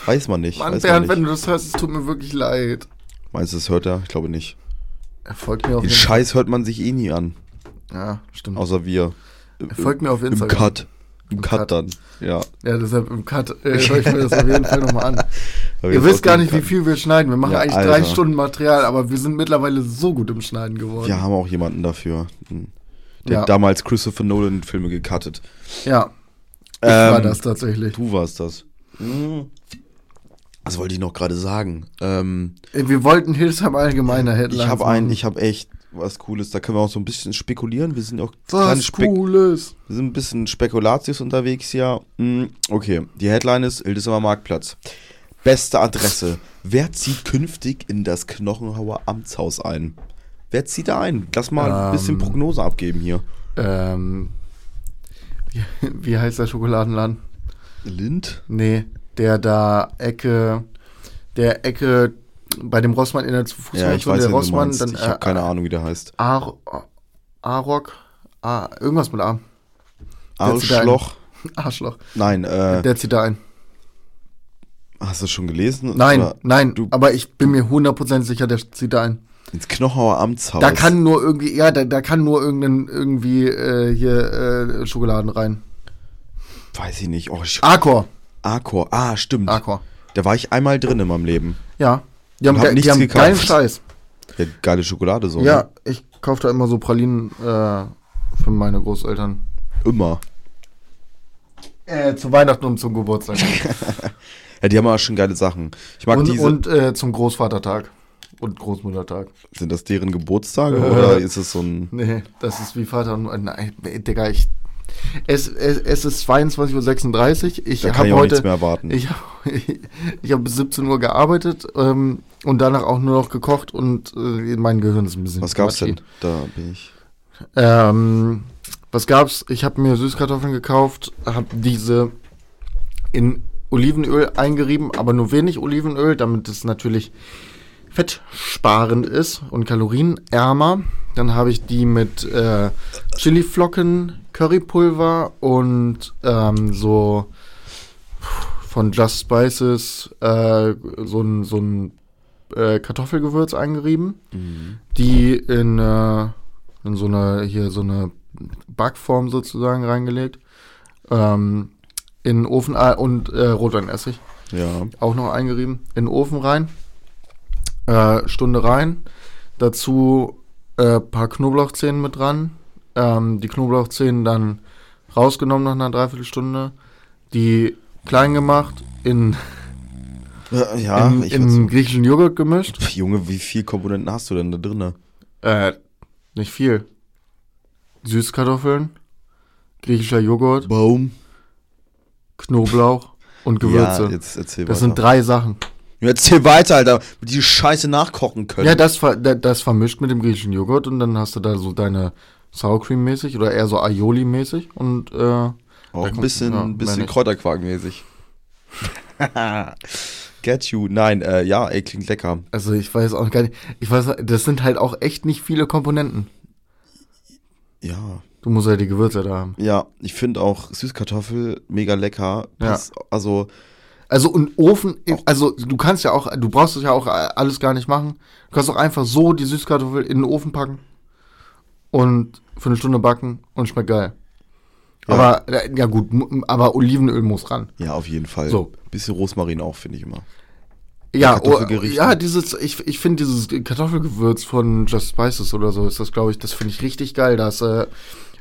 S1: Weiß man nicht.
S2: Mann
S1: weiß
S2: Bernd,
S1: man
S2: wenn
S1: nicht.
S2: du das hörst, es tut mir wirklich leid.
S1: Meinst du, das hört er? Ich glaube nicht.
S2: Er folgt mir auf
S1: Den
S2: Insta-
S1: Scheiß hört man sich eh nie an.
S2: Ja, stimmt.
S1: Außer wir.
S2: Er folgt mir auf
S1: Im
S2: Instagram.
S1: Cut. Im
S2: Im
S1: Cut
S2: Cut.
S1: dann. Ja.
S2: Ja, deshalb im Cut äh, höre ich mir das auf jeden Fall nochmal an.
S1: Weil
S2: Ihr
S1: wir
S2: wisst
S1: jetzt
S2: gar
S1: aus dem
S2: nicht, wie
S1: Cut-
S2: viel wir schneiden. Wir machen
S1: Ja,
S2: eigentlich drei
S1: Alter.
S2: Stunden Material, aber wir sind mittlerweile so gut im Schneiden geworden.
S1: Wir haben auch jemanden dafür. Hm. Der
S2: Ja.
S1: hat damals Christopher Nolan Filme gecuttet. Ähm,
S2: ja ich war das Hm. tatsächlich.
S1: Du warst das. Was wollte ich noch gerade sagen? Ähm,
S2: Äh, Wir wollten Hildesheim allgemeiner Headlines.
S1: ich habe
S2: machen.
S1: ein, ich habe echt was Cooles. Da können wir auch so ein bisschen spekulieren. Wir sind auch kleine
S2: Was
S1: Spek-
S2: Cooles.
S1: Wir sind ein bisschen spekulatius unterwegs hier. Hm, okay, die Headline ist Hildesheimer Marktplatz. Beste Adresse. Wer zieht künftig in das Knochenhauer Amtshaus ein? Wer zieht da ein? Lass mal ein bisschen
S2: Ähm.
S1: Prognose abgeben hier.
S2: Ähm, wie, wie heißt der Schokoladenladen?
S1: Lind?
S2: Nee, der da Ecke, der Ecke bei dem Rossmann in der
S1: Ja, ich weiß,
S2: Fußgangszone, der
S1: wen du
S2: Rossmann,
S1: meinst.
S2: dann
S1: ich habe
S2: äh,
S1: keine Ahnung, wie der heißt.
S2: Ar- Arock, A- irgendwas mit A, der zieht da ein.
S1: Arschloch?
S2: Arschloch,
S1: Nein, äh,
S2: der zieht da ein.
S1: hast du schon gelesen?
S2: Nein,
S1: Oder
S2: nein,
S1: du-
S2: aber ich bin mir 100% sicher, der zieht da ein.
S1: Ins Knochenhauer Amtshaus.
S2: Da kann nur irgendwie, ja, da, da kann nur irgendein, irgendwie äh, hier äh, Schokoladen rein.
S1: Weiß ich nicht. Oh, ich,
S2: Arcor,
S1: Arcor. Ah, stimmt.
S2: Arcor,
S1: Da war ich einmal drin in meinem Leben.
S2: ja. Die haben,
S1: Und hab
S2: ge- die
S1: nichts
S2: haben
S1: gekauft.
S2: geilen Scheiß.
S1: Ja, geile Schokolade so. ne?
S2: Ja, ich kaufe da immer so Pralinen äh, für meine Großeltern.
S1: Ne? Immer.
S2: Äh, zu Weihnachten und zum Geburtstag.
S1: Ja, die haben aber schon geile Sachen. Ich mag
S2: und
S1: diese.
S2: und äh, zum Großvatertag. Und Großmuttertag.
S1: Sind das deren Geburtstage
S2: Äh.
S1: oder ist es so ein.
S2: Nee, das ist wie Vater und Mutter. Nein, ey, Digga, ich. Es, es, es ist 22.36 Uhr. Ich
S1: Da kann
S2: habe
S1: ich auch nichts mehr
S2: heute.
S1: erwarten.
S2: Ich habe ich hab bis 17 Uhr gearbeitet ähm, und danach auch nur noch gekocht und äh, mein Gehirn ist ein bisschen.
S1: Was gab's
S2: quatschi.
S1: denn? Da bin ich.
S2: Ähm, was gab's? Ich habe mir Süßkartoffeln gekauft, habe diese in Olivenöl eingerieben, aber nur wenig Olivenöl, damit es natürlich fettsparend ist und kalorienärmer. Dann habe ich die mit äh, Chiliflocken, Currypulver und ähm, so von Just Spices äh, so ein, so ein äh, Kartoffelgewürz eingerieben Mhm. die in, äh, in so eine hier so eine Backform sozusagen reingelegt. Ähm, in den Ofen äh, und äh, Rotweinessig
S1: Ja.
S2: auch noch eingerieben. In den Ofen rein. Äh, Stunde rein. Dazu äh, paar Knoblauchzehen mit dran. Ähm, die Knoblauchzehen dann rausgenommen nach einer Dreiviertelstunde. Die klein gemacht, in,
S1: Äh, Ja,
S2: in,
S1: ich
S2: in griechischen Joghurt gemischt.
S1: Pff, Junge, wie viel Komponenten hast du denn da drin?
S2: Äh, nicht viel. Süßkartoffeln, griechischer Joghurt,
S1: Baum.
S2: Knoblauch und
S1: Ja,
S2: Gewürze.
S1: jetzt erzähl
S2: das
S1: weiter.
S2: sind drei Sachen.
S1: Jetzt erzähl weiter, Alter. Die Scheiße nachkochen können.
S2: Ja, das, ver da- das vermischt mit dem griechischen Joghurt und dann hast du da so deine Sour Cream mäßig oder eher so Aioli mäßig und äh,
S1: Auch ein
S2: kommt-
S1: bisschen,
S2: ja,
S1: ein
S2: mehr
S1: bisschen
S2: nicht.
S1: Kräuterquark-mäßig. Get you. Nein, äh, ja, ey, klingt lecker.
S2: Also ich weiß auch gar nicht. Ich weiß, das sind halt auch echt nicht viele Komponenten.
S1: Ja.
S2: Du musst ja die Gewürze da haben.
S1: Ja, ich finde auch Süßkartoffel mega lecker.
S2: Ja.
S1: Pass, also,
S2: Also und Ofen, also du kannst ja auch, du brauchst das ja auch äh, alles gar nicht machen. Du kannst auch einfach so die Süßkartoffel in den Ofen packen und für eine Stunde backen und schmeckt geil.
S1: Ja.
S2: Aber äh, ja gut, mu- aber Olivenöl muss ran.
S1: ja, auf jeden Fall.
S2: So.
S1: Bisschen Rosmarin auch, finde ich immer.
S2: Ja, oh,
S1: Kartoffelgerichten.
S2: ja, dieses, ich, ich finde dieses Kartoffelgewürz von Just Spices oder so, ist das, glaube ich, das finde ich richtig geil. Da ist äh,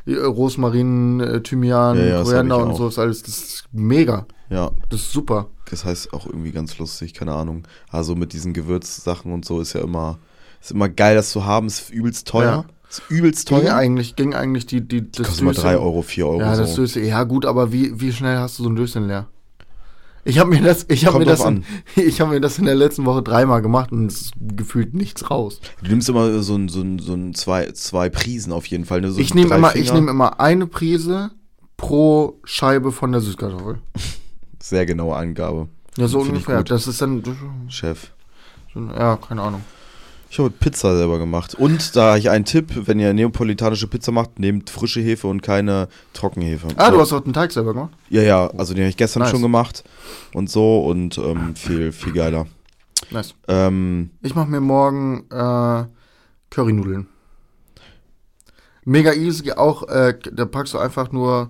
S2: Rosmarin, äh, Thymian,
S1: Ja, ja, das
S2: Koriander
S1: hab ich
S2: und
S1: auch.
S2: so ist alles, das ist mega.
S1: Ja,
S2: Das ist super.
S1: das heißt auch irgendwie ganz lustig, keine Ahnung. Also mit diesen Gewürzsachen und so ist ja immer, ist immer geil, das zu haben. Ist übelst teuer.
S2: Ja.
S1: Ist übelst
S2: Ging
S1: teuer.
S2: eigentlich, ging eigentlich die, die, das
S1: Kostet mal
S2: Süße-
S1: 3 Euro, 4 Euro.
S2: Ja, das
S1: so.
S2: Döschen, ja gut, aber wie, wie schnell hast du so ein Döschen leer? Ich habe mir das, ich habe
S1: Kommt
S2: mir das,
S1: drauf
S2: in, ich habe mir das in der letzten Woche dreimal gemacht und es ist gefühlt nichts raus.
S1: Du nimmst immer so ein, so ein, so ein zwei, zwei Prisen auf jeden Fall. Ne? So
S2: ich nehme
S1: drei
S2: immer, ich
S1: Finger.
S2: nehme immer eine Prise pro Scheibe von der Süßkartoffel.
S1: Sehr genaue Angabe,
S2: Ja, so
S1: Find ich
S2: ungefähr.
S1: gut.
S2: Das ist dann,
S1: Chef.
S2: ja, keine Ahnung.
S1: Ich habe Pizza selber gemacht. Und da habe ich einen Tipp, wenn ihr neapolitanische Pizza macht, nehmt frische Hefe und keine Trockenhefe.
S2: Ah, du hast auch den Teig selber gemacht?
S1: Ja, ja, also den habe ich gestern
S2: Nice.
S1: schon gemacht und so und ähm, viel, viel geiler.
S2: Nice.
S1: Ähm,
S2: Ich mache mir morgen äh, Currynudeln. Mega easy, auch, äh, da packst du einfach nur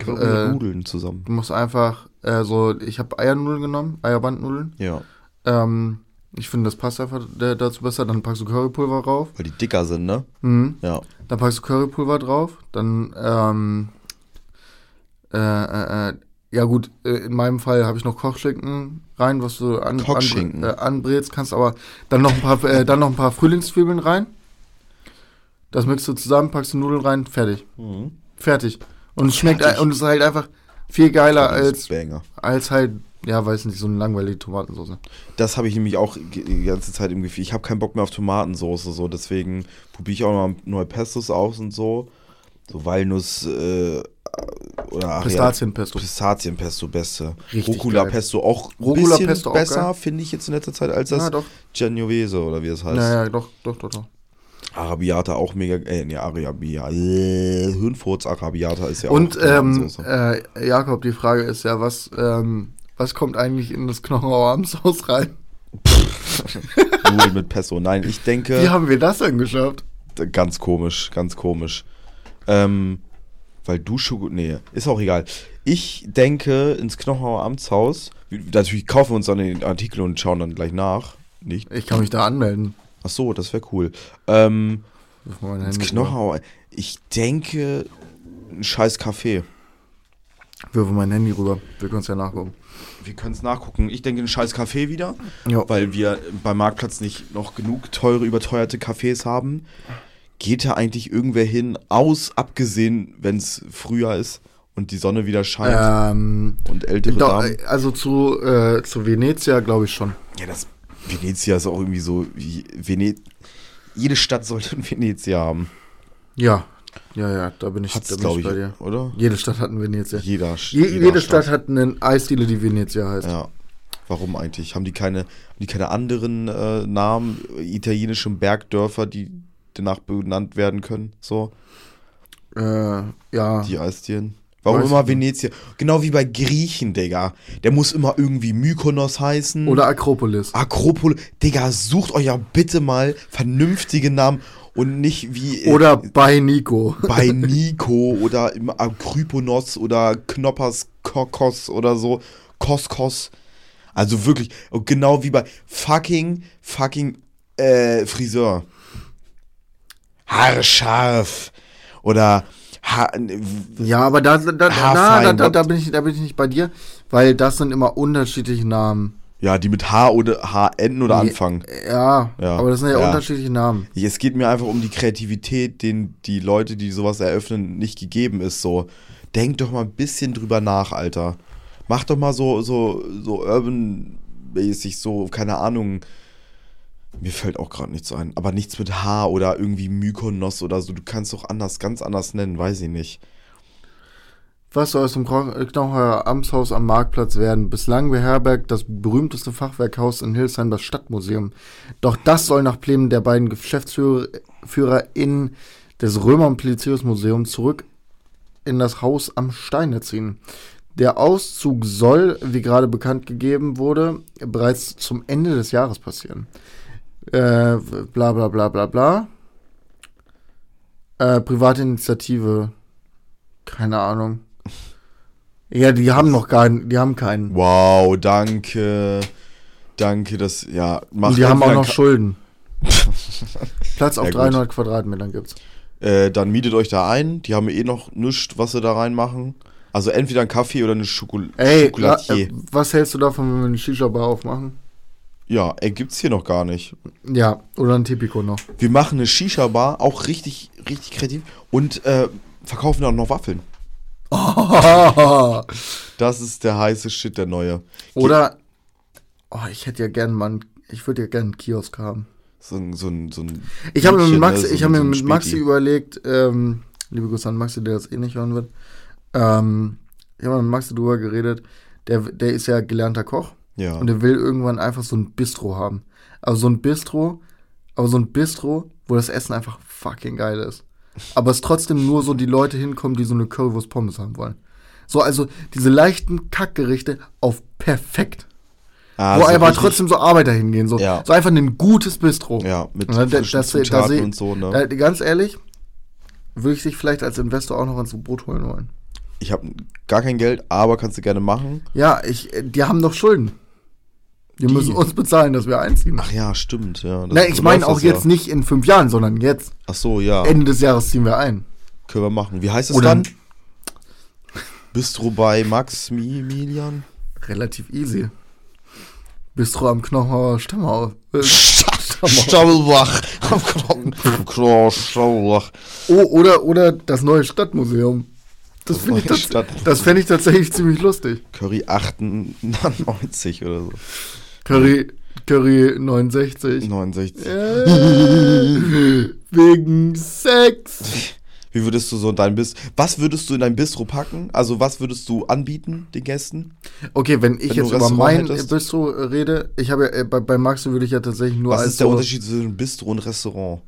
S1: äh, Nudeln zusammen.
S2: Du musst einfach, äh, so, ich habe Eiernudeln genommen, Eierbandnudeln.
S1: Ja,
S2: Ähm, ich finde, das passt einfach da- dazu besser. Dann packst du Currypulver drauf.
S1: weil die dicker sind, ne?
S2: Mhm.
S1: Ja.
S2: Dann packst du Currypulver drauf. Dann, ähm, äh, äh, äh, ja gut, äh, in meinem Fall habe ich noch Kochschinken rein, was du an,
S1: Kochschinken.
S2: an, äh, anbrätst kannst, aber dann noch ein paar, äh, dann noch ein paar Frühlingszwiebeln rein. Das mixt du zusammen, packst die Nudeln rein, fertig. Fertig. Und es schmeckt
S1: Fertig.
S2: äh, und es ist halt einfach viel geiler
S1: Das
S2: als
S1: ist Banger.
S2: als halt, ja, weiß nicht, so eine langweilige Tomatensauce.
S1: Das habe ich nämlich auch ge- die ganze Zeit im Gefühl. Ich habe keinen Bock mehr auf Tomatensoße, so deswegen probiere ich auch noch mal neue Pestos aus und so. So Walnuss äh, oder Ariane-
S2: Pistazienpesto.
S1: Pistazienpesto beste.
S2: Richtig geil.
S1: Rucola-Pesto auch ein
S2: Rucola-Pesto
S1: bisschen
S2: auch
S1: besser,
S2: geil.
S1: finde ich jetzt in letzter Zeit, als das
S2: Ja, doch.
S1: Genovese oder wie es heißt.
S2: Ja, ja, doch, doch, doch, doch.
S1: Arabiata auch mega, äh, nee, Arabiata, äh, Hirnfurz Arabiata ist ja
S2: Und
S1: auch
S2: ähm,
S1: Tomatensoße.
S2: äh, Jakob, die Frage ist ja, was, ähm, was kommt eigentlich in das Knochenauer Amtshaus rein?
S1: Nudeln mit Pesto. Nein, ich denke...
S2: Wie haben wir das denn geschafft?
S1: Ganz komisch, ganz komisch. Ähm, weil du Schokolade. Nee, ist auch egal. Ich denke ins Knochenauer Amtshaus. Wir- Natürlich kaufen wir uns dann den Artikel und schauen dann gleich nach. Nicht?
S2: Ich kann mich da anmelden.
S1: Ach so, das wäre cool. Ähm,
S2: Auf mein
S1: ins
S2: Handy.
S1: Knochenauer. Ich denke, ein scheiß Café.
S2: rüber. Wirf mein Handy rüber. Wir können es ja nachgucken.
S1: Wir können es nachgucken. Ich denke, ein scheiß Café wieder.
S2: Ja.
S1: Weil wir beim Marktplatz nicht noch genug teure, überteuerte Cafés haben. Geht da eigentlich irgendwer hin, aus, abgesehen, wenn es Frühjahr ist und die Sonne wieder scheint
S2: Ähm,
S1: und ältere
S2: doch,
S1: Damen.
S2: äh, also zu, äh, zu Venezia glaube ich schon.
S1: Ja, das Venezia ist auch irgendwie so, wie Vene jede Stadt sollte ein Venezia haben.
S2: Ja. Ja, ja, da bin ich,
S1: Hat's,
S2: da bin
S1: glaube
S2: ich bei dir.
S1: ich, oder?
S2: Jede Stadt hat ein Venezia.
S1: Jeder, Sch-
S2: Je,
S1: jeder
S2: jede Stadt, hat eine Eisdiele, die Venezia heißt.
S1: Ja. Warum eigentlich? Haben die keine, haben die keine anderen äh, Namen, äh, italienische Bergdörfer, die danach benannt werden können? So,
S2: Äh, ja.
S1: die Eisdielen. Warum
S2: Weiß
S1: immer
S2: ich nicht.
S1: Venezia? Genau wie bei Griechen, Digga. Der muss immer irgendwie Mykonos heißen.
S2: Oder Akropolis.
S1: Ah, Akropol. Digga, sucht euch ja bitte mal vernünftige Namen und nicht wie äh,
S2: Oder bei Nico.
S1: bei Nico oder im Akryponos oder Knoppers Kokos oder so. Koskos. Also wirklich, und genau wie bei fucking, fucking äh, Friseur. Haarscharf. Oder ha
S2: Ja, aber da, da, da,
S1: Ah,
S2: na, da,
S1: fein,
S2: da, da,
S1: what?
S2: bin ich, da bin ich nicht bei dir, weil das sind immer unterschiedliche Namen.
S1: Ja, die mit H oder H enden oder anfangen.
S2: Ja,
S1: Ja.
S2: aber das sind ja,
S1: Ja.
S2: unterschiedliche Namen.
S1: Es geht mir einfach um die Kreativität, den die Leute, die sowas eröffnen, nicht gegeben ist. So, denk doch mal ein bisschen drüber nach, Alter. Mach doch mal so, so, so urban-mäßig, so, keine Ahnung. Mir fällt auch gerade nichts ein. Aber nichts mit H oder irgendwie Mykonos oder so. Du kannst doch anders, ganz anders nennen, weiß ich nicht.
S2: was soll aus dem Knauheuer Amtshaus am Marktplatz werden? Bislang beherbergt das berühmteste Fachwerkhaus in Hildesheim das Stadtmuseum. Doch das soll nach Plänen der beiden GeschäftsführerInnen des Römer- und Polizeus-Museums zurück in das Haus am Steine ziehen. Der Auszug soll, wie gerade bekannt gegeben wurde, bereits zum Ende des Jahres passieren. Äh, bla bla bla bla bla. Äh, private Initiative. Keine Ahnung. Ja, die haben noch keinen, die haben keinen.
S1: Wow, danke. Danke, das, ja,
S2: Und
S1: macht
S2: die haben auch
S1: entweder
S2: noch
S1: Ka-
S2: Schulden. Platz auf
S1: Ja, gut.
S2: 300 Quadratmetern gibt's.
S1: Äh, dann mietet euch da ein. Die haben eh noch nichts, was sie da reinmachen. Also entweder einen Kaffee oder eine Schokol
S2: Ey, la,
S1: Schokolatier.
S2: äh, was hältst du davon, wenn wir eine Shisha-Bar aufmachen?
S1: ja, ey, gibt's hier noch gar nicht.
S2: Ja, oder ein Tipico noch.
S1: Wir machen eine Shisha-Bar, auch richtig, richtig kreativ. Und äh, verkaufen dann noch Waffeln. Das ist der heiße Shit, der neue.
S2: Oder, oh, ich hätte ja gern mal, einen- ich würde ja gern einen Kiosk haben.
S1: So, ein- so ein, so ein
S2: Ich habe mir
S1: Mädchen,
S2: mit Maxi,
S1: ne, so
S2: ich
S1: ein-
S2: habe mir
S1: so ein
S2: mit Maxi
S1: Späti.
S2: überlegt, ähm, liebe Grüße an Maxi, der das eh nicht hören wird. Ähm, ich habe mit Maxi drüber geredet. Der, der ist ja gelernter Koch
S1: Ja.
S2: und der will irgendwann einfach so ein Bistro haben. Also so ein Bistro, aber so ein Bistro, wo das Essen einfach fucking geil ist. Aber es trotzdem nur so die Leute hinkommen, die so eine Currywurst Pommes haben wollen. So, also diese leichten Kackgerichte auf perfekt.
S1: Ah,
S2: wo
S1: so
S2: aber
S1: richtig-
S2: trotzdem so Arbeiter hingehen. So,
S1: Ja.
S2: so einfach ein gutes Bistro.
S1: Ja, mit
S2: Ja, da-
S1: frischen
S2: das- da
S1: Zutaten
S2: seh-
S1: und so, ne?
S2: Äh, ganz ehrlich, würde ich dich vielleicht als Investor auch noch ans Boot holen wollen.
S1: Ich habe gar kein Geld, aber kannst du gerne machen.
S2: Ja, ich, äh, die haben doch Schulden. Die,
S1: Die?
S2: müssen uns bezahlen, dass wir einziehen.
S1: Ach ja, stimmt. Ja, das-
S2: Na, ich
S1: so
S2: meine
S1: läuft
S2: auch
S1: das ja.
S2: jetzt
S1: Ah.
S2: nicht in fünf Jahren, sondern jetzt.
S1: Ach so, ja.
S2: Ende des Jahres ziehen wir ein.
S1: Können wir machen. Wie heißt es
S2: Oder-
S1: dann? Bistro bei Max Milian?
S2: Relativ easy. Bistro am Knochen, Stammhaus. Äh,
S1: Staubelbach. Am Knochen. Staubelbach.
S2: Oh, oder, oder das neue Stadtmuseum. Das
S1: Das
S2: finde ich,
S1: neue
S2: tats-
S1: Stadtmuseum.
S2: das fänd ich tatsächlich ziemlich lustig.
S1: Curry 98 oder so.
S2: Curry, Curry 69.
S1: 69.
S2: Äh, wegen Sex.
S1: Wie würdest du so dein Bistro. Was würdest du in dein Bistro packen? Also, was würdest du anbieten den Gästen?
S2: Okay, wenn ich
S1: Wenn
S2: jetzt
S1: du
S2: über
S1: Restaurant
S2: mein
S1: hättest?
S2: Bistro rede, ich habe ja, äh, bei, bei Maxi würde ich ja tatsächlich nur
S1: Was
S2: als
S1: ist der
S2: so,
S1: Unterschied zwischen Bistro und Restaurant?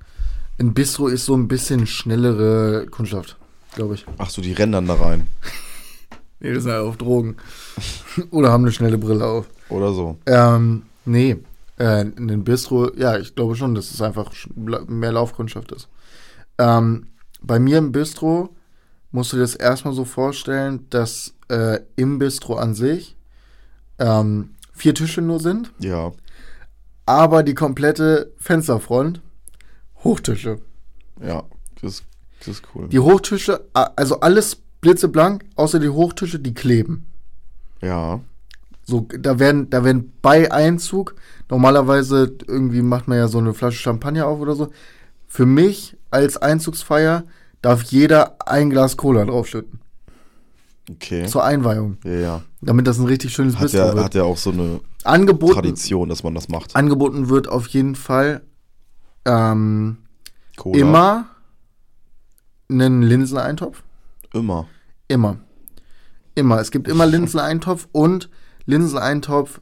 S2: ein Bistro ist so ein bisschen schnellere Kundschaft, glaube ich.
S1: Ach so, die rennen dann da rein.
S2: Nee, das sind halt auf Drogen. Oder haben eine schnelle Brille auf.
S1: Oder so.
S2: Ähm, nee, äh, in den Bistro, ja, ich glaube schon, dass es einfach sch- la- mehr Laufkundschaft ist. Ähm, bei mir im Bistro musst du dir das erstmal so vorstellen, dass äh, im Bistro an sich ähm, vier Tische nur sind,
S1: Ja.
S2: aber die komplette Fensterfront Hochtische.
S1: Ja. Das, das ist cool.
S2: Die Hochtische, a- also alles blitzeblank, außer die Hochtische, die kleben.
S1: Ja.
S2: So, da werden, da werden bei Einzug, normalerweise irgendwie macht man ja so eine Flasche Champagner auf oder so. Für mich als Einzugsfeier darf jeder ein Glas Cola draufschütten.
S1: Okay.
S2: Zur Einweihung.
S1: Ja, ja.
S2: Damit das ein richtig schönes
S1: Hat
S2: Bistro
S1: ja,
S2: wird.
S1: hat ja auch so eine
S2: Angeboten,
S1: Tradition, dass man das macht.
S2: angeboten wird auf jeden Fall ähm,
S1: Cola.
S2: immer einen Linseneintopf.
S1: Immer.
S2: Immer. Immer. Es gibt immer Linseneintopf und Linseneintopf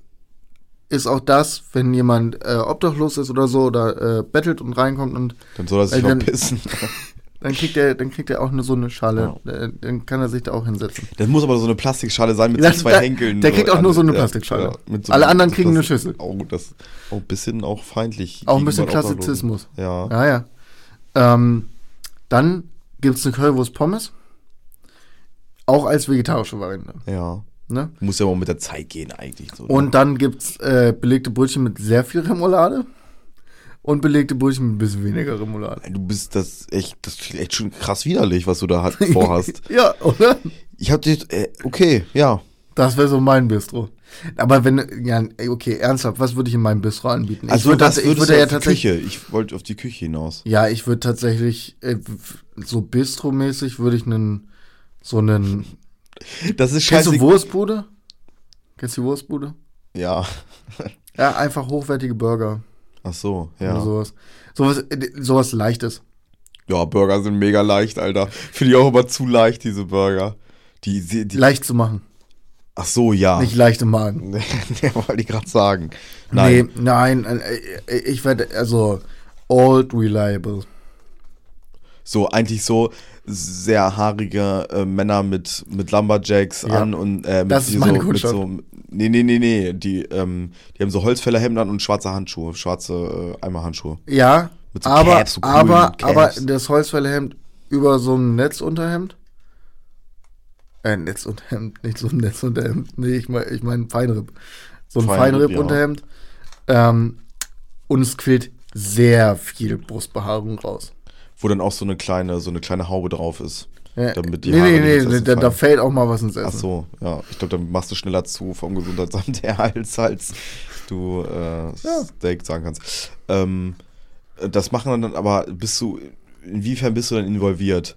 S2: ist auch das, wenn jemand äh, obdachlos ist oder so oder äh, bettelt und reinkommt und
S1: Dann soll er sich
S2: Weil dann-
S1: verpissen.
S2: dann kriegt er, dann kriegt er auch nur so eine Schale. Äh, dann kann er sich da auch hinsetzen.
S1: Das muss aber so eine Plastikschale sein mit
S2: Das-
S1: so zwei
S2: da-
S1: Henkeln.
S2: der kriegt auch
S1: an-
S2: nur so eine Plastikschale.
S1: mit
S2: Alle anderen kriegen eine
S1: das-
S2: Schüssel.
S1: Oh, das auch ein bisschen auch feindlich.
S2: Auch ein bisschen
S1: gegenüber Obdachlosen.
S2: Klassizismus.
S1: Ja.
S2: Ja, ja. Ähm, dann gibt es eine Currywurst Pommes. Auch als vegetarische Variante.
S1: Ja.
S2: Ne?
S1: Muss ja mal mit der Zeit gehen eigentlich. So, ne?
S2: Und dann gibt es äh, belegte Brötchen mit sehr viel Remoulade und belegte Brötchen mit ein bisschen weniger Remoulade.
S1: Du bist das echt, das klingt echt schon krass widerlich, was du da hat, vorhast.
S2: ja, oder?
S1: Ich hab dir, äh, okay, ja.
S2: Das wäre so mein Bistro. Aber wenn, ja, ey, okay, ernsthaft, was würde ich in meinem Bistro anbieten?
S1: Also
S2: ich würde
S1: was
S2: tats- ich
S1: würdest
S2: würde
S1: du
S2: ja
S1: auf die
S2: tatsächlich.
S1: Küche? Ich wollte auf die Küche hinaus.
S2: Ja, ich würde tatsächlich, äh, f- so Bistro-mäßig würde ich einen, so einen.
S1: Das ist
S2: Kennst du
S1: scheiße.
S2: Wurstbude? Kennst du die Wurstbude?
S1: Ja.
S2: Ja, einfach hochwertige Burger
S1: Ach so,
S2: oder
S1: ja.
S2: sowas. Sowas, äh, sowas leichtes.
S1: Ja, Burger sind mega leicht, Alter. Finde ich auch immer zu leicht, diese Burger. Die, die, die,
S2: Leicht zu machen.
S1: ach so, ja.
S2: Nicht leicht im Magen.
S1: Der wollte ich gerade sagen. Nein.
S2: Nee, nein, äh, ich werde, also, old reliable.
S1: So, eigentlich so sehr haarige äh, Männer mit, mit Lumberjacks
S2: Ja.
S1: an und äh, mit,
S2: Das ist
S1: hier
S2: meine
S1: so, mit
S2: Kundschaft.
S1: so. Nee, nee, nee, nee. Die, ähm, die haben so Holzfällerhemden an und schwarze Handschuhe, schwarze äh, Eimerhandschuhe.
S2: Ja,
S1: Mit so
S2: aber,
S1: Caps, so coolen
S2: aber, aber
S1: Caps.
S2: das Holzfällerhemd über so einem Netzunterhemd? Äh, Netzunterhemd, nicht so ein Netzunterhemd. Nee, ich meine ich mein Feinripp. So ein
S1: Feinripp, ja.
S2: Feinripp-Unterhemd. Ähm, und es quillt sehr viel Brustbehaarung raus.
S1: Wo dann auch so eine kleine, so eine kleine Haube drauf ist.
S2: Ja,
S1: Damit die
S2: nee,
S1: Haare
S2: nee,
S1: nicht
S2: nee,
S1: ins Essen
S2: da, da
S1: fallen.
S2: fällt auch mal was ins Essen.
S1: Ach so, ja. Ich glaube, dann machst du schneller zu vom Gesundheitsamt her, als, als du äh, Steak sagen kannst. Ähm, das machen dann aber, bist du, inwiefern bist du dann involviert?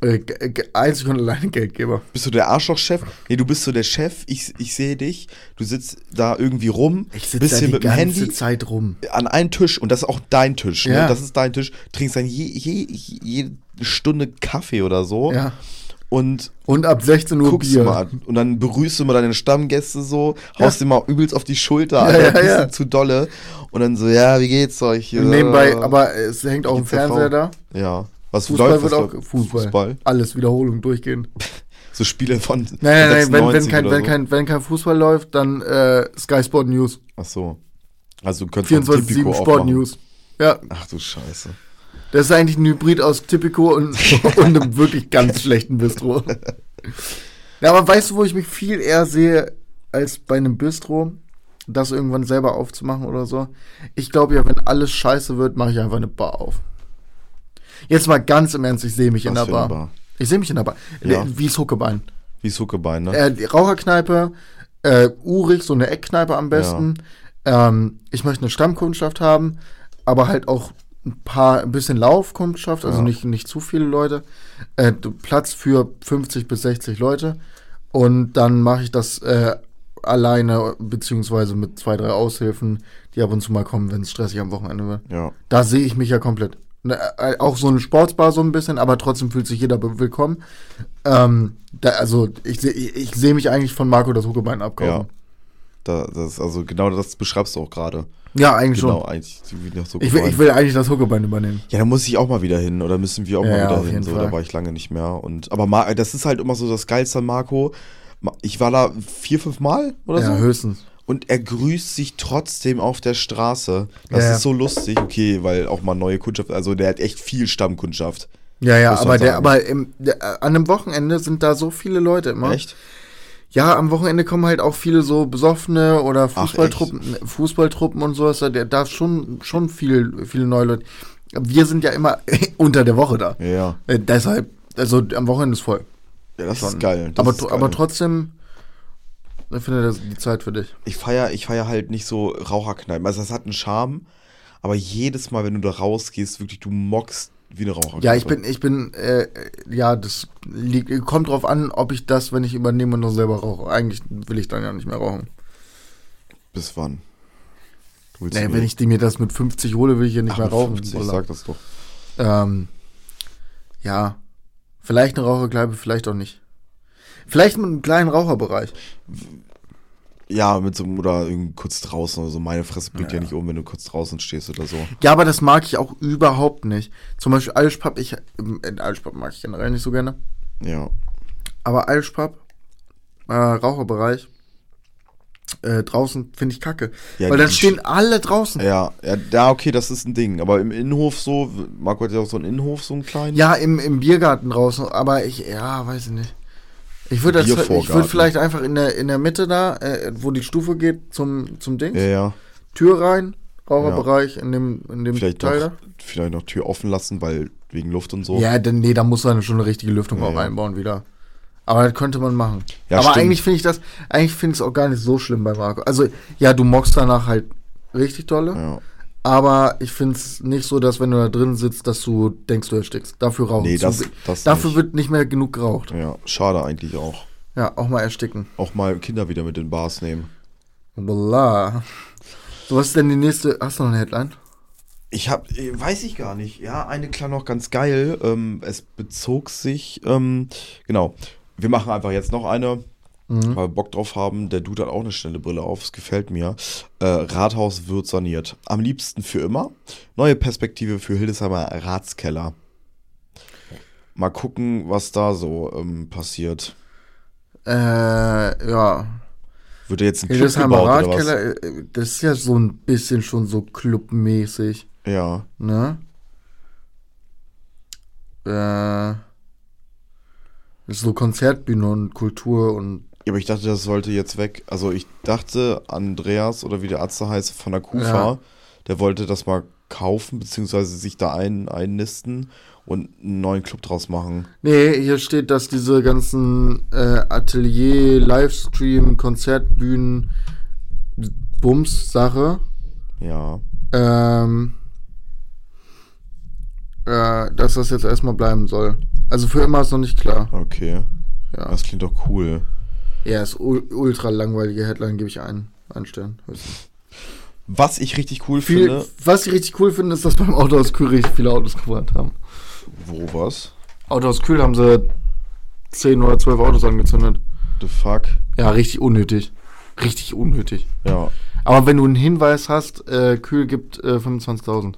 S2: Äh, g- g- einzig und alleine Geldgeber.
S1: Bist du der Arschlochchef? Nee, du bist so der Chef, ich, ich sehe dich, du sitzt da irgendwie rum,
S2: Ich sitze da
S1: bisschen
S2: die
S1: mit dem
S2: ganze
S1: Handy
S2: Zeit rum.
S1: an einem Tisch und das ist auch dein Tisch, ne?
S2: Ja.
S1: Das ist dein Tisch, trinkst dann je, je, jede Stunde Kaffee oder so
S2: Ja.
S1: und
S2: Und ab 16 Uhr
S1: guckst
S2: Bier.
S1: du Oh. mal an. Und dann berührst du mal deine Stammgäste so,
S2: Ja.
S1: haust dir mal übelst auf die Schulter,
S2: Ja,
S1: Alter,
S2: ja,
S1: ein bisschen
S2: ja.
S1: zu dolle. Und dann so, ja, wie geht's euch? hier?
S2: Und nebenbei, aber es hängt auch ein
S1: Gibt's da
S2: Fernseher
S1: Frau?
S2: da.
S1: Ja. Was
S2: Fußball
S1: läuft, was
S2: wird auch
S1: läuft?
S2: Fußball.
S1: Fußball.
S2: Alles Wiederholung durchgehen.
S1: So Spiele von. Nein,
S2: Nein, nein, nein, wenn, wenn, kein, wenn, kein, wenn kein Fußball läuft, dann äh, Sky Sport News.
S1: Ach so. Also, du könntest auch ein
S2: 24-7
S1: Tipico
S2: Sport
S1: aufmachen.
S2: News. Ja,
S1: Ach du Scheiße.
S2: das ist eigentlich ein Hybrid aus Tipico und, und einem wirklich ganz schlechten Bistro. Ja, aber weißt du, wo ich mich viel eher sehe als bei einem Bistro, das irgendwann selber aufzumachen oder so? Ich glaube ja, wenn alles scheiße wird, mache ich einfach eine Bar auf. Jetzt mal ganz im Ernst, ich sehe mich in
S1: Was
S2: der
S1: für eine
S2: Bar.
S1: Bar?
S2: Ich sehe mich in der Bar.
S1: Ja.
S2: Wie es Huckebein.
S1: Wie Suckebein, ne?
S2: Äh, die Raucherkneipe, äh, urig, so eine Eckkneipe am besten. Ähm, ich möchte eine Stammkundschaft haben, aber halt auch ein paar, ein bisschen Laufkundschaft, also
S1: Ja.
S2: nicht, nicht zu viele Leute. Äh, du- Platz für 50 bis 60 Leute. Und dann mache ich das äh, alleine, beziehungsweise mit zwei, drei Aushilfen, die ab und zu mal kommen, wenn es stressig am Wochenende wird.
S1: Ja.
S2: Da sehe ich mich ja komplett. Ne, äh, Auch so eine Sportsbar so ein bisschen, aber trotzdem fühlt sich jeder be- willkommen. Ähm, da, also ich, seh- ich, ich sehe mich eigentlich von Marco das Huckebein
S1: Ja.
S2: abkaufen.
S1: Da, das, also, genau das beschreibst du auch gerade.
S2: Ja, eigentlich
S1: Genau,
S2: schon.
S1: eigentlich. Wie nach
S2: Ich will,
S1: Suckebein.
S2: ich will eigentlich das Huckebein übernehmen.
S1: Ja, da muss ich auch mal wieder hin oder müssen wir auch
S2: Ja,
S1: mal
S2: ja,
S1: wieder
S2: auf
S1: hin.
S2: jeden
S1: So,
S2: Fall.
S1: da war ich lange nicht mehr. Und, aber Mar das ist halt immer so das Geilste an Marco. Ma- Ich war da vier, fünf Mal oder
S2: ja,
S1: so.
S2: höchstens.
S1: Und er grüßt sich trotzdem auf der Straße. Das
S2: Ja, ja.
S1: ist so lustig. Okay, weil auch mal neue Kundschaft. Also der hat echt viel Stammkundschaft.
S2: Ja, ja,
S1: Muss man
S2: aber, der,
S1: sagen.
S2: aber im, der, äh, an einem Wochenende sind da so viele Leute immer.
S1: Echt?
S2: Ja, am Wochenende kommen halt auch viele so Besoffene oder
S1: Ach,
S2: Fußballtruppen, Fußballtruppen und sowas. Da, da ist schon, schon viel, viele neue Leute. Wir sind ja immer unter der Woche da.
S1: Ja, ja.
S2: Äh, deshalb, also am Wochenende ist voll.
S1: Ja, das
S2: Schon.
S1: ist geil. Das
S2: aber,
S1: ist
S2: tr-
S1: geil.
S2: aber trotzdem, ich finde das die Zeit für dich.
S1: ich feier, ich feier halt nicht so Raucherkneipen. Also das hat einen Charme. Aber jedes Mal, wenn du da rausgehst, wirklich, du mockst wie eine Raucherkneipe.
S2: Ja, ich bin, ich bin, äh, ja, das liegt, kommt drauf an, ob ich das, wenn ich übernehme, noch selber rauche. Eigentlich will ich dann ja nicht mehr rauchen.
S1: Bis wann? Du willst
S2: Nee,
S1: mir-
S2: wenn ich die mir das mit 50 hole, will ich ja nicht mehr rauchen.
S1: 58,
S2: Bulla.
S1: sag das doch.
S2: Ähm, ja, vielleicht eine Raucherkneipe, vielleicht auch nicht. Vielleicht mit einem kleinen Raucherbereich.
S1: Ja, mit so einem, oder irgendwie kurz draußen oder so. Meine Fresse bringt ja. nicht um, wenn du kurz draußen stehst oder so.
S2: Ja, aber das mag ich auch überhaupt nicht. Zum Beispiel Alspap, ich, äh, Alspap mag ich generell nicht so gerne.
S1: Ja.
S2: Aber Alspap, äh, Raucherbereich, äh, draußen finde ich kacke.
S1: Ja,
S2: Weil dann
S1: die-
S2: stehen alle draußen.
S1: Ja, ja, da, okay, das ist ein Ding. Aber im Innenhof so, Marco hat ja auch so einen Innenhof, so einen kleinen.
S2: Ja, im, im Biergarten draußen, aber ich, ja, weiß ich nicht. Ich würde das, ich würde
S1: Biervorgarten.
S2: vielleicht einfach in der, in der Mitte da, äh, wo die Stufe geht zum, zum Ding,
S1: Ja, ja.
S2: Tür rein, Raucherbereich in dem, in dem
S1: Vielleicht
S2: Teil
S1: noch, vielleicht noch Tür offen lassen, weil wegen Luft und
S2: da.
S1: so.
S2: Ja, dann, nee, da muss man schon eine richtige Lüftung
S1: Ja,
S2: auch
S1: ja.
S2: einbauen wieder. Aber das könnte man machen.
S1: Ja,
S2: aber
S1: stimmt.
S2: eigentlich finde ich das, eigentlich finde ich es auch gar nicht so schlimm bei Marco. Also, ja, du mockst danach halt richtig dolle.
S1: Ja.
S2: Aber ich finde es nicht so, dass wenn du da drin sitzt, dass du denkst, du erstickst. Dafür rauchen.
S1: Nee,
S2: zu
S1: das-
S2: wi-
S1: das
S2: dafür
S1: nicht.
S2: wird nicht mehr genug geraucht.
S1: ja, schade eigentlich auch.
S2: Ja, auch mal ersticken.
S1: Auch mal Kinder wieder mit den Bars nehmen.
S2: Voila. So, was ist denn die nächste? Hast du noch eine Headline?
S1: Ich hab, äh, weiß ich gar nicht. Ja, eine klang noch ganz geil. Ähm, es bezog sich, ähm, genau, wir machen einfach jetzt noch eine, weil wir Bock drauf haben. Der Dude hat auch eine schnelle Brille auf, es gefällt mir. Äh, Rathaus wird saniert. Am liebsten für immer. Neue Perspektive für Hildesheimer Ratskeller. Mal gucken, was da so ähm, passiert.
S2: Äh, ja.
S1: Wird da jetzt ein Club
S2: Hildesheimer
S1: gebaut oder was?
S2: Radkeller, äh, das ist ja so ein bisschen schon so clubmäßig,
S1: Ja.
S2: ne? Äh. Das ist so Konzertbühne und Kultur und
S1: Ja, aber ich dachte, das sollte jetzt weg. Also ich dachte, Andreas oder wie der Arzt da heißt, von der Kufa,
S2: Ja.
S1: der wollte das mal kaufen, beziehungsweise sich da ein, einnisten und einen neuen Club draus machen.
S2: Nee, hier steht, dass diese ganzen äh, Atelier, Livestream, Konzertbühnen, Bums-Sache,
S1: Ja.
S2: ähm, äh, dass das jetzt erstmal bleiben soll. Also für immer ist noch nicht klar.
S1: Okay.
S2: Ja.
S1: Das klingt doch cool.
S2: Ja, ist u- ultra langweilige Headline, gebe ich ein. Einen Stern. höchstens.
S1: Was ich richtig cool
S2: Viel,
S1: finde.
S2: was ich richtig cool finde, ist, dass beim Auto aus Kühl richtig viele Autos gebrannt haben.
S1: Wo was?
S2: Auto aus Kühl haben sie 10 oder 12 Autos angezündet.
S1: The fuck?
S2: Ja, richtig unnötig. Richtig unnötig.
S1: Ja.
S2: Aber wenn du einen Hinweis hast, äh, Kühl gibt äh, 25.000.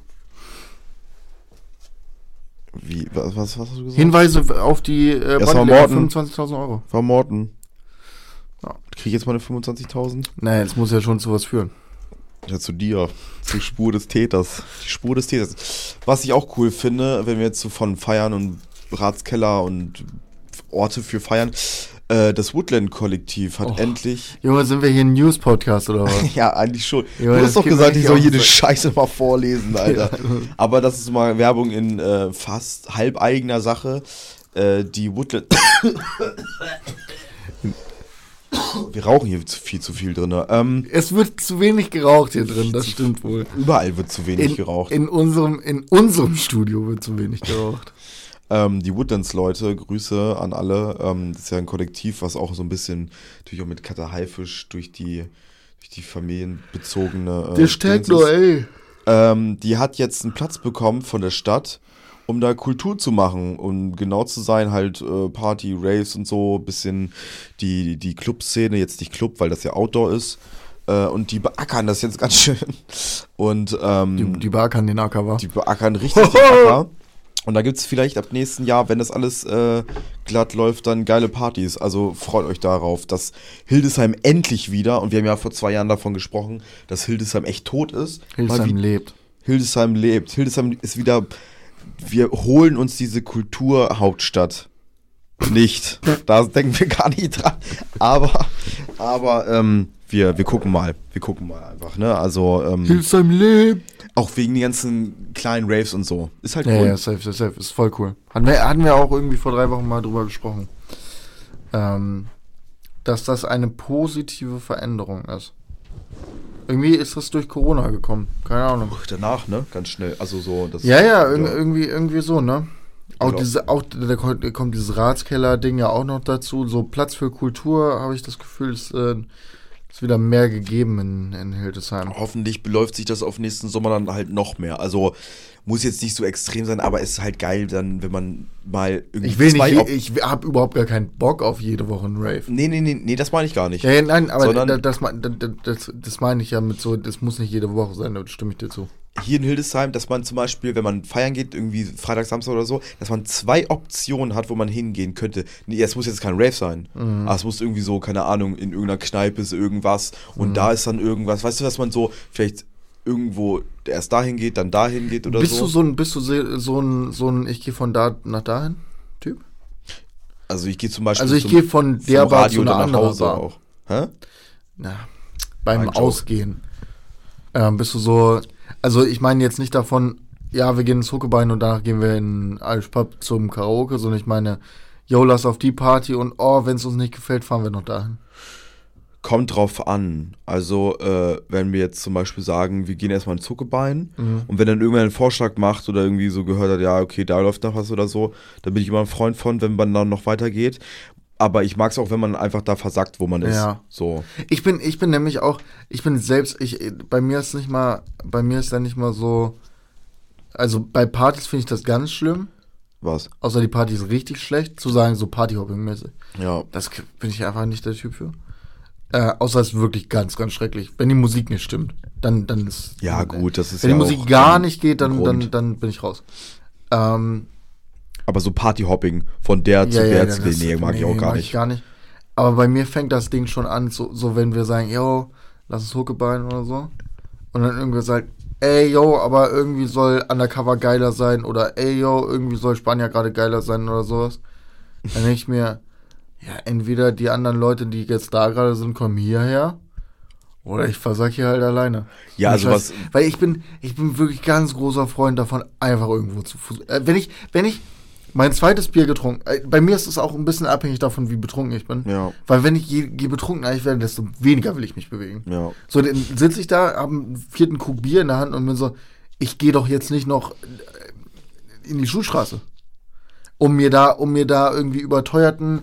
S1: Wie? Was, was, was hast du gesagt?
S2: Hinweise auf die äh,
S1: Erstmal
S2: Bandleger,
S1: Morten.
S2: 25.000 Euro.
S1: War Morten.
S2: Ja.
S1: Krieg ich jetzt meine 25.000?
S2: Naja, das muss ja schon zu was führen.
S1: Ja, zu dir. Zur Spur des Täters. Die Spur des Täters. Was ich auch cool finde, wenn wir jetzt so von Feiern und Ratskeller und Orte für Feiern, äh, das Woodland-Kollektiv hat
S2: Oh.
S1: endlich.
S2: Junge, sind wir hier ein News-Podcast oder was?
S1: Ja, eigentlich schon.
S2: Ja,
S1: du
S2: das
S1: hast doch
S2: geht mir
S1: gesagt, ich
S2: eigentlich
S1: soll
S2: auch
S1: jede
S2: so.
S1: Scheiße mal vorlesen, Alter.
S2: Ja.
S1: Aber das ist mal Werbung in äh, fast halbeigener Sache. Äh, die Woodland. wir rauchen hier zu viel zu viel drin. Ähm,
S2: es wird zu wenig geraucht hier drin, das stimmt wohl.
S1: überall wird zu wenig
S2: In,
S1: geraucht.
S2: in, unserem, in unserem Studio wird zu wenig geraucht.
S1: Ähm, die Woodlands-Leute, Grüße an alle. Ähm, das ist ja ein Kollektiv, was auch so ein bisschen natürlich auch mit Katar Haifisch durch die, durch die familienbezogene. Äh,
S2: Der steckt
S1: Dingens
S2: nur,
S1: ist.
S2: ey.
S1: ähm, Die hat jetzt einen Platz bekommen von der Stadt, um da Kultur zu machen. Um genau zu sein, halt äh, Party, Raves und so, bisschen die, die Clubszene, jetzt nicht Club, weil das ja Outdoor ist. Äh, und die beackern das jetzt ganz schön. Und ähm,
S2: Die, die Bar kann den Acker war.
S1: die beackern richtig die Acker. Und da gibt es vielleicht ab nächsten Jahr, wenn das alles äh, glatt läuft, dann geile Partys. Also freut euch darauf, dass Hildesheim endlich wieder, und wir haben ja vor zwei Jahren davon gesprochen, dass Hildesheim echt tot ist. Mal
S2: Hildesheim
S1: wie-
S2: lebt.
S1: Hildesheim lebt. Hildesheim ist wieder. Wir holen uns diese Kulturhauptstadt nicht. da denken wir gar nicht dran. Aber, aber ähm, wir, wir gucken mal. Wir gucken mal einfach. Ne? Also, ähm,
S2: Hildesheim lebt.
S1: auch wegen den ganzen kleinen Raves und so. Ist halt cool.
S2: Ja, ja, safe, safe, safe. Ist voll cool. Hatten wir, hatten wir auch irgendwie vor drei Wochen mal drüber gesprochen. Ähm, dass das eine positive Veränderung ist. Irgendwie ist das durch Corona gekommen. Keine Ahnung.
S1: Danach, ne? Ganz schnell. Also so, das
S2: Ja, ja, irg irgendwie, irgendwie so, ne? Auch
S1: Ja.
S2: diese, auch da kommt kommt dieses Ratskeller-Ding ja auch noch dazu. So Platz für Kultur habe ich das Gefühl, ist, äh, ist wieder mehr gegeben in, in Hildesheim.
S1: Hoffentlich beläuft sich das auf nächsten Sommer dann halt noch mehr. Also muss jetzt nicht so extrem sein, aber ist halt geil dann, wenn man mal irgendwie
S2: Ich will
S1: zwei
S2: nicht,
S1: auf-
S2: ich, ich habe überhaupt gar keinen Bock auf jede Woche einen Rave.
S1: Nee, nee, nee, nee, das meine ich gar nicht.
S2: Ja, ja, nein, aber
S1: Sondern-
S2: da- das, mein- da- da- das, das meine ich ja mit so, das muss nicht jede Woche sein, da stimme ich dir zu.
S1: Hier in Hildesheim, dass man zum Beispiel, wenn man feiern geht, irgendwie Freitag, Samstag oder so, dass man zwei Optionen hat, wo man hingehen könnte. Nee, es muss jetzt kein Rave sein.
S2: Mhm.
S1: Aber es muss irgendwie so, keine Ahnung, in irgendeiner Kneipe ist irgendwas und
S2: Mhm.
S1: da ist dann irgendwas. Weißt du, dass man so vielleicht irgendwo erst dahin geht, dann dahin geht oder
S2: bist
S1: so.
S2: du so ein, bist du se- so ein, so ein, ich gehe von da nach dahin Typ?
S1: Also ich gehe zum Beispiel
S2: Also ich
S1: zum-
S2: gehe von
S1: zum
S2: der Bar
S1: Radio
S2: zu einer
S1: dann
S2: anderen Bar.
S1: auch. Hä?
S2: Na, beim
S1: Mein Joke.
S2: Ausgehen. Ähm, bist du so, also ich meine jetzt nicht davon, ja, wir gehen ins Huckebein und danach gehen wir in Alspap zum Karaoke, sondern ich meine, yo, lass auf die Party und oh, wenn es uns nicht gefällt, fahren wir noch dahin.
S1: Kommt drauf an. Also, äh, wenn wir jetzt zum Beispiel sagen, wir gehen erstmal ins Zuckebein
S2: Mhm.
S1: und wenn dann irgendwer einen Vorschlag macht oder irgendwie so gehört hat, ja, okay, da läuft noch was oder so, da bin ich immer ein Freund von, wenn man dann noch weitergeht. Aber ich mag es auch, wenn man einfach da versackt, wo man ist.
S2: Ja.
S1: So.
S2: Ich bin, ich bin nämlich auch, ich bin selbst, ich, bei mir ist nicht mal, bei mir ist da nicht mal so, also bei Partys finde ich das ganz schlimm,
S1: Was?
S2: Außer die Party ist richtig schlecht, zu sagen, so Partyhopping-mäßig.
S1: Ja.
S2: Das k- bin ich einfach nicht der Typ für. Äh, außer es ist wirklich ganz, ganz schrecklich. Wenn die Musik nicht stimmt, dann, dann ist.
S1: Ja, gut, das ist
S2: Wenn
S1: ja
S2: die Musik
S1: auch
S2: gar
S1: ein
S2: nicht geht, dann, dann,
S1: Grund.
S2: dann bin ich raus. Ähm,
S1: Aber so Partyhopping von der zu
S2: ja, ja,
S1: der
S2: ja,
S1: zu der,
S2: das-
S1: nee, mag ich auch gar
S2: mag
S1: nicht.
S2: gar nicht. Aber bei mir fängt das Ding schon an, so, so wenn wir sagen, yo, lass uns Huckebein oder so. Und dann irgendwer sagt, ey, yo, aber irgendwie soll Undercover geiler sein oder ey, yo, irgendwie soll Spanier gerade geiler sein oder sowas. Dann denke ich mir, ja, entweder die anderen Leute, die jetzt da gerade sind, kommen hierher. Oder ich versag hier halt alleine.
S1: Ja,
S2: Mir
S1: also
S2: scheiß-
S1: was-
S2: Weil ich bin, ich bin wirklich ganz großer Freund davon, einfach irgendwo zu Fuß. Äh, wenn ich, wenn ich mein zweites Bier getrunken, äh, bei mir ist es auch ein bisschen abhängig davon, wie betrunken ich bin.
S1: Ja.
S2: Weil wenn ich je, je betrunkener ich werde, desto weniger will ich mich bewegen.
S1: Ja.
S2: So, dann sitze ich da, habe einen vierten Krug Bier in der Hand und bin so, ich gehe doch jetzt nicht noch äh, in die Schulstraße. Um mir da, um mir da irgendwie überteuerten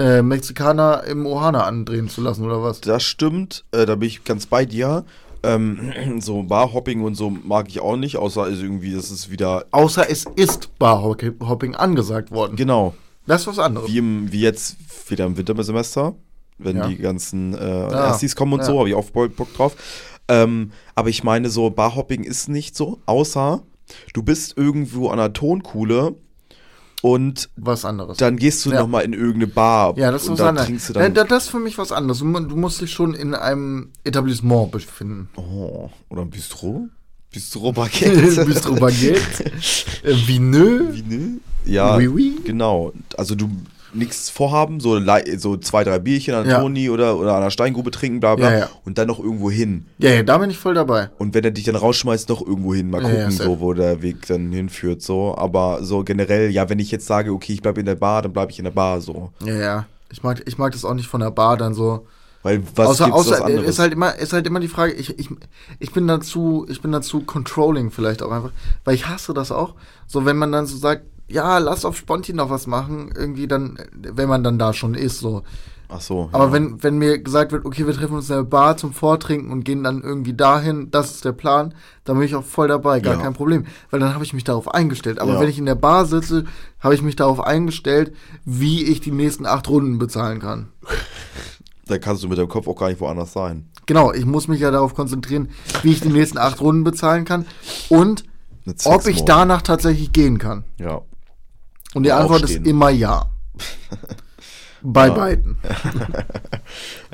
S2: äh, Mexikaner im Ohana andrehen zu lassen oder was.
S1: Das stimmt, äh, da bin ich ganz bei dir. Ähm, so Barhopping und so mag ich auch nicht, außer also irgendwie, das ist wieder.
S2: Außer es ist Barhopping angesagt worden.
S1: Genau.
S2: Das ist was anderes.
S1: Wie, im, wie jetzt wieder im Wintersemester, wenn
S2: Ja. Ah,
S1: die ganzen äh, Erstis kommen und
S2: ja.
S1: so, habe ich auch voll Bock drauf. Ähm, aber ich meine, so Barhopping ist nicht so, außer du bist irgendwo an der Tonkuhle und
S2: was anderes.
S1: dann gehst du
S2: Ja.
S1: nochmal in irgendeine Bar
S2: ja, das ist
S1: und
S2: was
S1: da
S2: anderes.
S1: trinkst du dann.
S2: Nein, da- das ist für mich was anderes. Du mu- du musst dich schon in einem Etablissement befinden.
S1: oh, oder ein Bistro? Bistro-Baguette.
S2: Bistro Baguette, äh, Vineux,
S1: Wie, ne? Ja,
S2: Oui, oui.
S1: genau. Also du nichts vorhaben, so, lei- so zwei, drei Bierchen an
S2: Ja.
S1: Toni oder, oder an der Steingrube trinken, bla bla,
S2: Ja, ja.
S1: und dann noch irgendwo hin.
S2: Ja, ja, da bin ich voll dabei.
S1: Und wenn er dich dann rausschmeißt, noch irgendwo hin. Mal
S2: Ja,
S1: gucken,
S2: ja, safe.
S1: so, wo der Weg dann hinführt. So. Aber so generell, ja, wenn ich jetzt sage, okay, ich bleibe in der Bar, dann bleibe ich in der Bar. So.
S2: Ja, ja. Ich mag, ich mag das auch nicht von der Bar dann so.
S1: Weil was
S2: außer,
S1: gibt's was
S2: außer
S1: anderes?
S2: ist halt immer, ist halt immer die Frage. Ich, ich, ich bin dazu, ich bin dazu controlling vielleicht auch einfach, weil ich hasse das auch. So wenn man dann so sagt, ja, lass auf Sponti noch was machen, irgendwie dann, wenn man dann da schon ist, so.
S1: Ach so.
S2: Aber
S1: ja.
S2: wenn, wenn mir gesagt wird, okay, wir treffen uns in der Bar zum Vortrinken und gehen dann irgendwie dahin, das ist der Plan, dann bin ich auch voll dabei, gar
S1: Ja.
S2: kein Problem. Weil dann habe ich mich darauf eingestellt. Aber
S1: Ja.
S2: wenn ich in der Bar sitze, habe ich mich darauf eingestellt, wie ich die nächsten acht Runden bezahlen kann.
S1: Dann kannst du mit deinem Kopf auch gar nicht woanders sein.
S2: Genau, ich muss mich ja darauf konzentrieren, wie ich die nächsten acht Runden bezahlen kann und
S1: Mit
S2: ob
S1: Sex
S2: ich
S1: morgen.
S2: danach tatsächlich gehen kann.
S1: Ja.
S2: Und die
S1: Und
S2: Antwort
S1: aufstehen.
S2: ist immer ja. Bei beiden.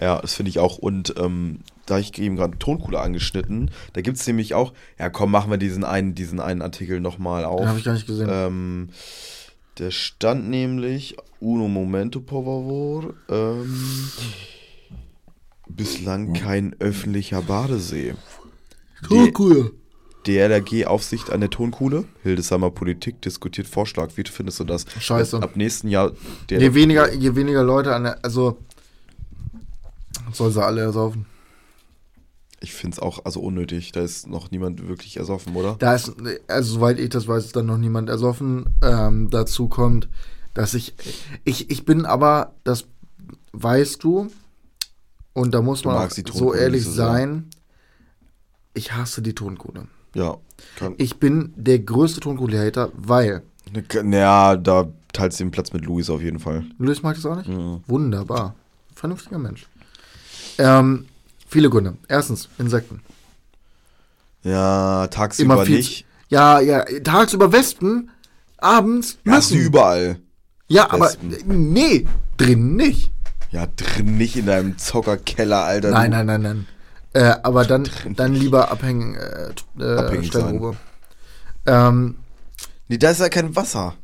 S1: Ja, das finde ich auch. Und ähm, da ich eben gerade Tonkuhle angeschnitten, da gibt es nämlich auch, ja komm, machen wir diesen einen, diesen einen Artikel nochmal auf.
S2: Den habe ich gar nicht gesehen.
S1: Ähm, der stand nämlich, uno momento por favor, ähm, bislang kein öffentlicher Badesee.
S2: Cool, cool.
S1: DLRG-Aufsicht an der Tonkuhle, Hildesheimer Politik diskutiert Vorschlag. Wie findest du das?
S2: Scheiße.
S1: Ab nächsten Jahr der
S2: Je weniger, je weniger Leute an der, also soll sie alle ersaufen.
S1: Ich finde es auch also unnötig, da ist noch niemand wirklich ersoffen, oder?
S2: Da ist, also soweit ich das weiß, ist dann noch niemand ersoffen. Ähm, dazu kommt, dass ich, ich, ich bin aber, das weißt du, und da muss
S1: Du
S2: man auch
S1: magst die Tonkuhle
S2: so ehrlich
S1: nicht so sehr.
S2: sein, ich hasse die Tonkuhle.
S1: Ja. Kann,
S2: Ich bin der größte Tonkuhle-Hater, weil,
S1: Ne, naja, da teilst du den Platz mit Luis auf jeden Fall.
S2: Luis mag das auch nicht?
S1: Mhm.
S2: Wunderbar. Vernünftiger Mensch. Ähm, viele Gründe. Erstens, Insekten.
S1: Ja, tagsüber
S2: immer viel.
S1: nicht.
S2: Ja, ja, tagsüber Wespen, abends
S1: Hast du
S2: Mücken.
S1: überall.
S2: ja, aber
S1: Wespen.
S2: nee, drin nicht.
S1: Ja, drin nicht in deinem Zockerkeller, Alter.
S2: Nein,
S1: du-
S2: nein, nein, nein. Äh, aber dann, dann lieber abhängen, äh, äh,
S1: Abhängig sein.
S2: Stellgrube. Ähm,
S1: Nee, da ist ja kein Wasser.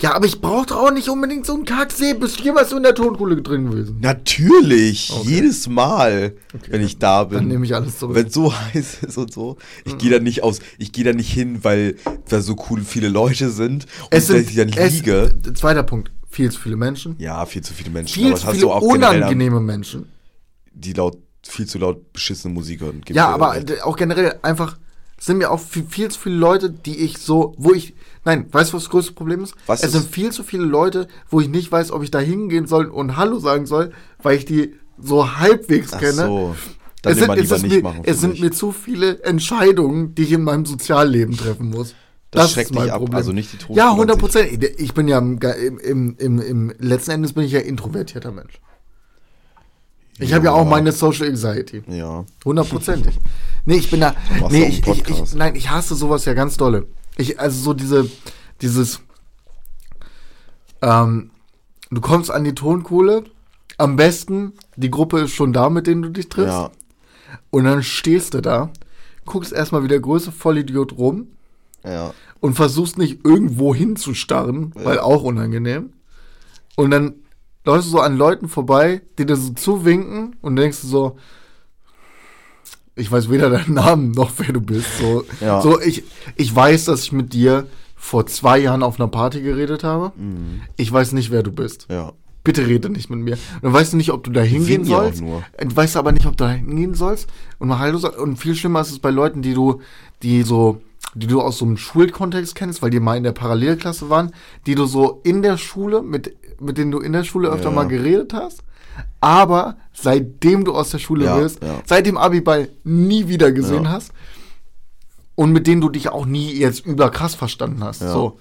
S2: ja, aber ich brauch doch auch nicht unbedingt so einen Kacksee, bist jemals du in der Tonkohle drin gewesen.
S1: Natürlich, jedes Mal, wenn ich da bin.
S2: Dann nehme ich alles zurück. Mhm.
S1: Wenn es so heiß ist und so, ich gehe da nicht aus, ich gehe da nicht hin, weil da so cool viele Leute sind und
S2: Es
S1: dass
S2: sind-
S1: ich dann
S2: es-
S1: liege.
S2: Zweiter Punkt, viel zu viele Menschen.
S1: Ja, viel zu viele Menschen. aber
S2: Viel
S1: das
S2: zu
S1: hast
S2: viele
S1: du auch generell an,
S2: unangenehme Menschen.
S1: die laut, viel zu laut beschissene Musik hören. Gib
S2: Ja,
S1: mir
S2: aber
S1: recht.
S2: d- auch generell einfach es sind mir auch viel, viel zu viele Leute, die ich so, wo ich, nein, weißt du, was das größte Problem ist?
S1: Was
S2: es
S1: ist-
S2: sind viel zu viele Leute, wo ich nicht weiß, ob ich da hingehen soll und Hallo sagen soll, weil ich die so halbwegs
S1: Ach
S2: kenne.
S1: so. Dann will
S2: es sind,
S1: man
S2: es
S1: lieber
S2: ist
S1: nicht
S2: mir,
S1: machen.
S2: es
S1: finde
S2: sind
S1: ich.
S2: mir zu viele Entscheidungen, die ich in meinem Sozialleben treffen muss.
S1: Das,
S2: Das
S1: schreckt
S2: ist mein
S1: mich ab.
S2: Problem.
S1: Also nicht die Tode.
S2: Ja, 100 Prozent. Ich bin ja im, im, im, im, im letzten Endes bin ich ja introvertierter Mensch. Ich habe ja auch meine Social Anxiety.
S1: Ja.
S2: Hundertprozentig. nee, ich bin da.
S1: machst
S2: Nee,
S1: auch einen
S2: ich, ich, ich,
S1: Podcast.
S2: nein, ich hasse sowas ja ganz dolle. Ich, also so diese, dieses, ähm, du kommst an die Tonkohle, am besten, die Gruppe ist schon da, mit denen du dich triffst.
S1: Ja.
S2: Und dann stehst du da, guckst erstmal wie der größte Vollidiot rum
S1: Ja.
S2: und versuchst nicht irgendwo hinzustarren, weil auch unangenehm. Und dann läufst du so an Leuten vorbei, die dir so zuwinken und denkst du so, ich weiß weder deinen Namen noch wer du bist. So,
S1: Ja.
S2: so ich, ich weiß, dass ich mit dir vor zwei Jahren auf einer Party geredet habe. Ich weiß nicht, wer du bist.
S1: Mhm. Ja.
S2: Bitte rede nicht mit mir. Und dann weißt du nicht, ob du da hingehen
S1: winken ja auch
S2: sollst.
S1: nur.
S2: Du weißt aber nicht, ob du da hingehen sollst. Und, mal Hallo, sa- und viel schlimmer ist es bei Leuten, die du, die so, die du aus so einem Schulkontext kennst, weil die mal in der Parallelklasse waren, die du so in der Schule, mit, mit denen du in der Schule öfter
S1: Ja.
S2: mal geredet hast. Aber seitdem du aus der Schule
S1: Ja,
S2: bist,
S1: ja.
S2: seit dem Abiball nie wieder gesehen
S1: Ja.
S2: hast und mit denen du dich auch nie jetzt überkrass verstanden hast. So.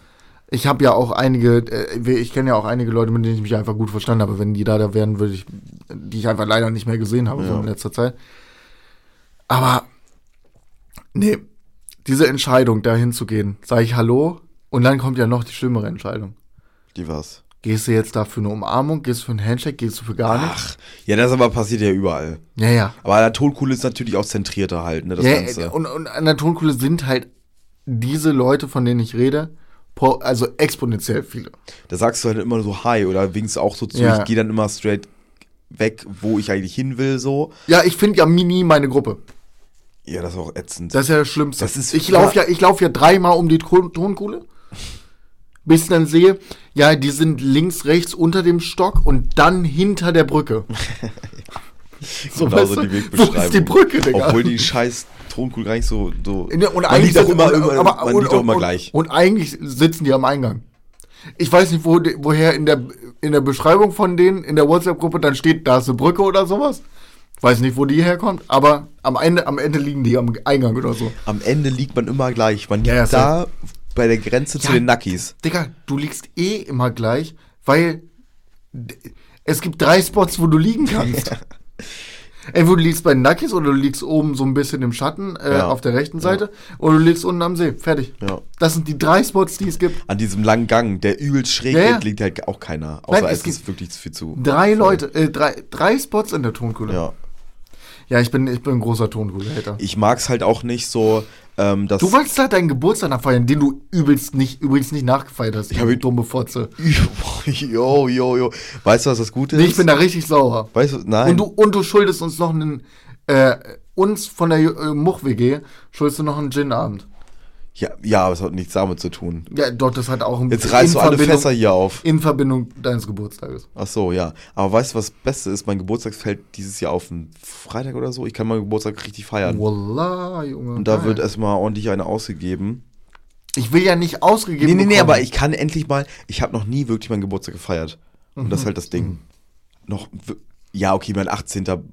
S2: Ich habe ja auch einige, äh, ich kenne ja auch einige Leute, mit denen ich mich einfach gut verstanden habe, wenn die da, da wären, würde ich, die ich einfach leider nicht mehr gesehen habe so
S1: Ja.
S2: in letzter Zeit. Aber nee, diese Entscheidung, da hinzugehen, sage ich Hallo und dann kommt ja noch die schlimmere Entscheidung.
S1: Die was?
S2: Gehst du jetzt da für eine Umarmung, gehst du für einen Handshake, gehst du für gar nichts?
S1: Ach. Ja, das aber passiert ja überall.
S2: Ja, ja.
S1: Aber der Tonkuhle ist natürlich auch zentrierter halt, ne? Das
S2: ja,
S1: Ganze.
S2: Und, und an der Tonkohle sind halt diese Leute, von denen ich rede, po- also exponentiell viele.
S1: Da sagst du halt immer so Hi oder winkst auch so zu.
S2: Ja.
S1: Ich gehe dann immer straight weg, wo ich eigentlich hin will, so.
S2: Ja, ich finde ja Mini meine Gruppe.
S1: Ja, das ist auch ätzend.
S2: Das ist ja das Schlimmste.
S1: Das ist-
S2: ich laufe ja, ich lauf ja dreimal um die Ton Tonkuhle, bis ich dann sehe, ja, die sind links, rechts unter dem Stock und dann hinter der Brücke. so,
S1: Genauso
S2: weißt du,
S1: die Wegbeschreibung.
S2: Wo ist die Brücke, Digga?
S1: Obwohl die scheiß Tonkugel gar nicht so. so
S2: In der- und
S1: man
S2: eigentlich
S1: liegt doch
S2: sind-
S1: immer,
S2: und-
S1: immer,
S2: aber-
S1: man
S2: und-
S1: liegt doch
S2: und-
S1: immer
S2: und-
S1: gleich.
S2: Und eigentlich sitzen die am Eingang. Ich weiß nicht, wo, de- woher in der, in der Beschreibung von denen, in der WhatsApp-Gruppe, dann steht, da ist eine Brücke oder sowas. Weiß nicht, wo die herkommt, aber am Ende, am Ende liegen die am Eingang oder so.
S1: Am Ende liegt man immer gleich. Man liegt
S2: Ja, ja,
S1: da bei der Grenze zu
S2: Ja.
S1: den Nackis.
S2: Digga, du liegst eh immer gleich, weil d- es gibt drei Spots, wo du liegen kannst. Entweder du liegst bei den Nuggets oder du liegst oben so ein bisschen im Schatten äh,
S1: Ja.
S2: auf der rechten Seite oder du liegst unten am See. Fertig.
S1: Ja.
S2: Das sind die drei Spots, die es gibt.
S1: An diesem langen Gang, der übelst schräg
S2: Ja, ja.
S1: geht, liegt halt auch keiner. Außer
S2: Nein, es
S1: es ist
S2: gibt
S1: wirklich viel zu.
S2: Drei
S1: voll.
S2: Leute, äh, drei, drei Spots in der Tonkuhle.
S1: Ja.
S2: Ja, ich bin, ich bin ein großer Tonkuhle-Hater.
S1: Ich mag's halt auch nicht so, ähm, dass.
S2: Du wolltest halt deinen Geburtstag nachfeiern, den du übelst nicht, übrigens nicht nachgefeiert hast. Ich
S1: hab ihn-
S2: dumme Fotze.
S1: jo, jo, jo. Weißt du, was das Gute ist?
S2: Nee, ich bin da richtig sauer.
S1: Weißt du, nein.
S2: Und du, und du schuldest uns noch einen, äh, uns von der äh, Much-WG schuldest du noch einen Gin-Abend.
S1: ja, ja, aber es hat nichts damit zu tun.
S2: Ja, doch, das hat auch ein
S1: Jetzt reißt du alle Fässer hier auf.
S2: in Verbindung deines Geburtstages.
S1: Ach so, ja. Aber weißt du, was das Beste ist? Mein Geburtstag fällt dieses Jahr auf einen Freitag oder so. Ich kann meinen Geburtstag richtig feiern.
S2: Wallah, Junge.
S1: Und da
S2: geil.
S1: wird erstmal ordentlich eine ausgegeben.
S2: Ich will ja nicht ausgegeben
S1: Nee, nee, nee,
S2: bekommen.
S1: aber ich kann endlich mal. Ich habe noch nie wirklich meinen Geburtstag gefeiert. Und
S2: Mhm.
S1: das ist halt das Ding. Noch. w- Ja, okay, mein 18.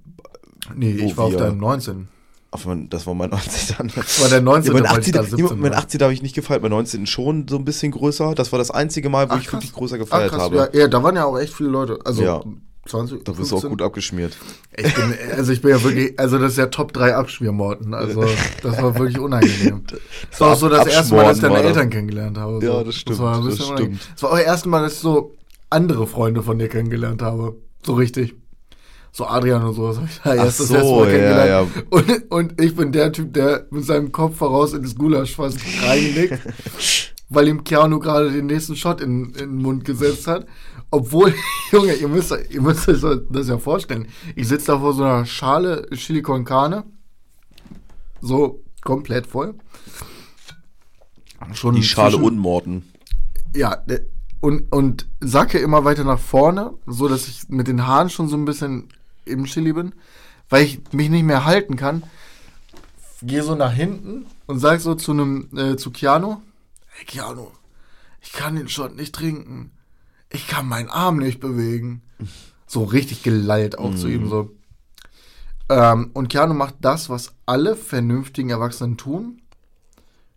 S2: Nee, ich
S1: Wo
S2: war auf
S1: wir-
S2: deinem Ah, 19.
S1: Auf mein, das war mein 19. Das
S2: war der
S1: Ja,
S2: 19.,
S1: mein
S2: weil ich
S1: 18.
S2: da
S1: ja,
S2: 17
S1: mein
S2: war.
S1: 18. habe ich nicht gefeiert, mein 19. schon so ein bisschen größer. Das war das einzige Mal, wo ich wirklich größer gefeiert
S2: krass.
S1: habe.
S2: Ja, ja, da waren ja auch echt viele Leute. Also
S1: Ja.
S2: 20,
S1: Da bist du auch
S2: 15.
S1: gut abgeschmiert.
S2: Ich bin, also ich bin ja wirklich, also das ist ja Top 3 Abschmiermorten. Also das war wirklich unangenehm. Das war auch so das erste Mal, dass ich deine
S1: Abschmorten war das.
S2: Eltern kennengelernt habe. So.
S1: Ja, das stimmt,
S2: Das war, ein
S1: das
S2: bisschen unangenehm.
S1: stimmt.
S2: das war auch das erste Mal, dass ich so andere Freunde von dir kennengelernt habe. So richtig. So Adrian und sowas habe ich da erst das
S1: so,
S2: erste Mal
S1: ja,
S2: kennengelernt. Und, und ich bin der Typ, der mit seinem Kopf voraus in das Gulasch fast reinlegt, weil ihm Keanu gerade den nächsten Shot in, in den Mund gesetzt hat. Obwohl, Junge, ihr müsst, ihr müsst euch das ja vorstellen. Ich sitze da vor so einer Schale Chili con Carne. So komplett voll. Schon Hm,
S1: Die Schale
S2: zwischen-
S1: und Morten.
S2: ja, ne, und, und sacke immer weiter nach vorne, so dass ich mit den Haaren schon so ein bisschen im Chili bin, weil ich mich nicht mehr halten kann. Gehe so nach hinten und sag so zu einem, äh, zu Keanu, hey Keanu, ich kann den Shot nicht trinken. Ich kann meinen Arm nicht bewegen. So richtig gelallt auch zu ihm so. Ähm, und Keanu macht das, was alle vernünftigen Erwachsenen tun.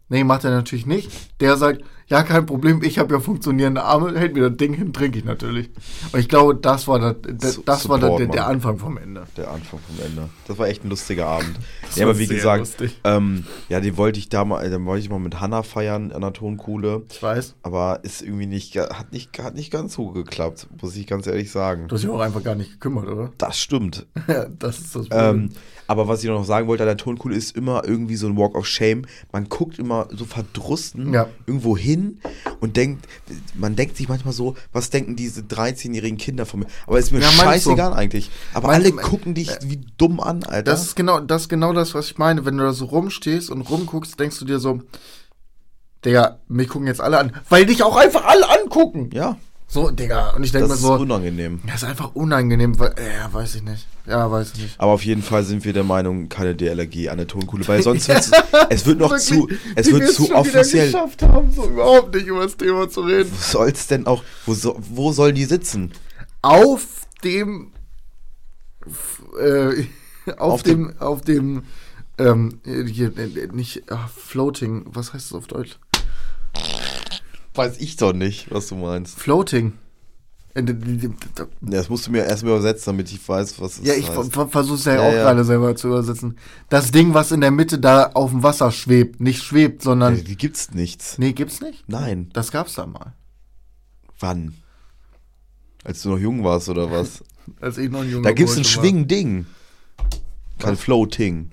S2: Nee, macht er natürlich nicht. Der sagt, ja, kein Problem, ich habe ja funktionierende Arme, hält mir das Ding hin, trinke ich natürlich. Und ich glaube, das war, das, das,
S1: Su-
S2: das war das,
S1: Support,
S2: der, der
S1: Mann.
S2: Anfang vom Ende.
S1: Der Anfang vom Ende. Das war echt ein lustiger Abend.
S2: Das
S1: ja,
S2: war
S1: aber wie
S2: sehr
S1: gesagt,
S2: lustig.
S1: ähm, ja, den wollte ich da mal, den wollte ich mal mit Hanna feiern an der Tonkuhle.
S2: Ich weiß.
S1: Aber ist irgendwie nicht, ga- hat nicht, hat nicht ganz so geklappt, muss ich ganz ehrlich sagen.
S2: Du hast dich auch einfach gar nicht gekümmert, oder?
S1: Das stimmt.
S2: Ja, das ist das Problem.
S1: Ähm, aber was ich noch sagen wollte, an der Tonkuhle ist immer irgendwie so ein Walk of Shame. Man guckt immer so verdrussen
S2: Ja.
S1: irgendwo hin und denkt, man denkt sich manchmal so, was denken diese 13-jährigen Kinder von mir? Aber ist mir
S2: Ja, meinst du?
S1: scheißegal eigentlich. Aber
S2: Meinst
S1: alle
S2: du,
S1: gucken dich wie dumm an, Alter.
S2: äh, das, ist genau, das ist genau das, was ich meine. Wenn du da so rumstehst und rumguckst, denkst du dir so, Digga, mich gucken jetzt alle an, weil dich auch einfach alle angucken.
S1: ja,
S2: So, Digga. Und ich denke
S1: das
S2: mir
S1: ist
S2: so,
S1: unangenehm.
S2: das ist einfach unangenehm, weil, äh, ja, weiß ich nicht. Ja, weiß ich nicht.
S1: Aber auf jeden Fall sind wir der Meinung, keine DLRG an der Tonkuhle, weil sonst wird's, es wird noch zu,
S2: Wirklich,
S1: es
S2: wie
S1: wird
S2: wir
S1: zu
S2: schon wieder
S1: offiziell.
S2: geschafft haben, so überhaupt nicht über das Thema zu reden.
S1: Wo soll's denn auch, wo, so, wo sollen die sitzen?
S2: Auf dem, f- äh, auf,
S1: Auf
S2: dem, auf dem, ähm, hier, äh, nicht, ah, floating, was heißt das auf Deutsch?
S1: Weiß ich doch nicht, was du meinst.
S2: Floating. Äh, d- d- d-
S1: Ja, das musst du mir erstmal übersetzen, damit ich weiß, was es
S2: Ja, ich
S1: heißt.
S2: ver versuche es ja,
S1: Ja,
S2: auch
S1: ja.
S2: gerade selber zu übersetzen. Das Ding, was in der Mitte da auf dem Wasser schwebt, nicht schwebt,
S1: Ja,
S2: sondern.
S1: die gibt's nichts.
S2: Nee, gibt's nicht?
S1: Nein.
S2: Das gab's da mal.
S1: Wann? Als du noch jung warst oder was?
S2: Als ich noch ein Junge
S1: da gibt's ein
S2: Bursche war.
S1: Schwingding. Kein
S2: Was?
S1: Floating.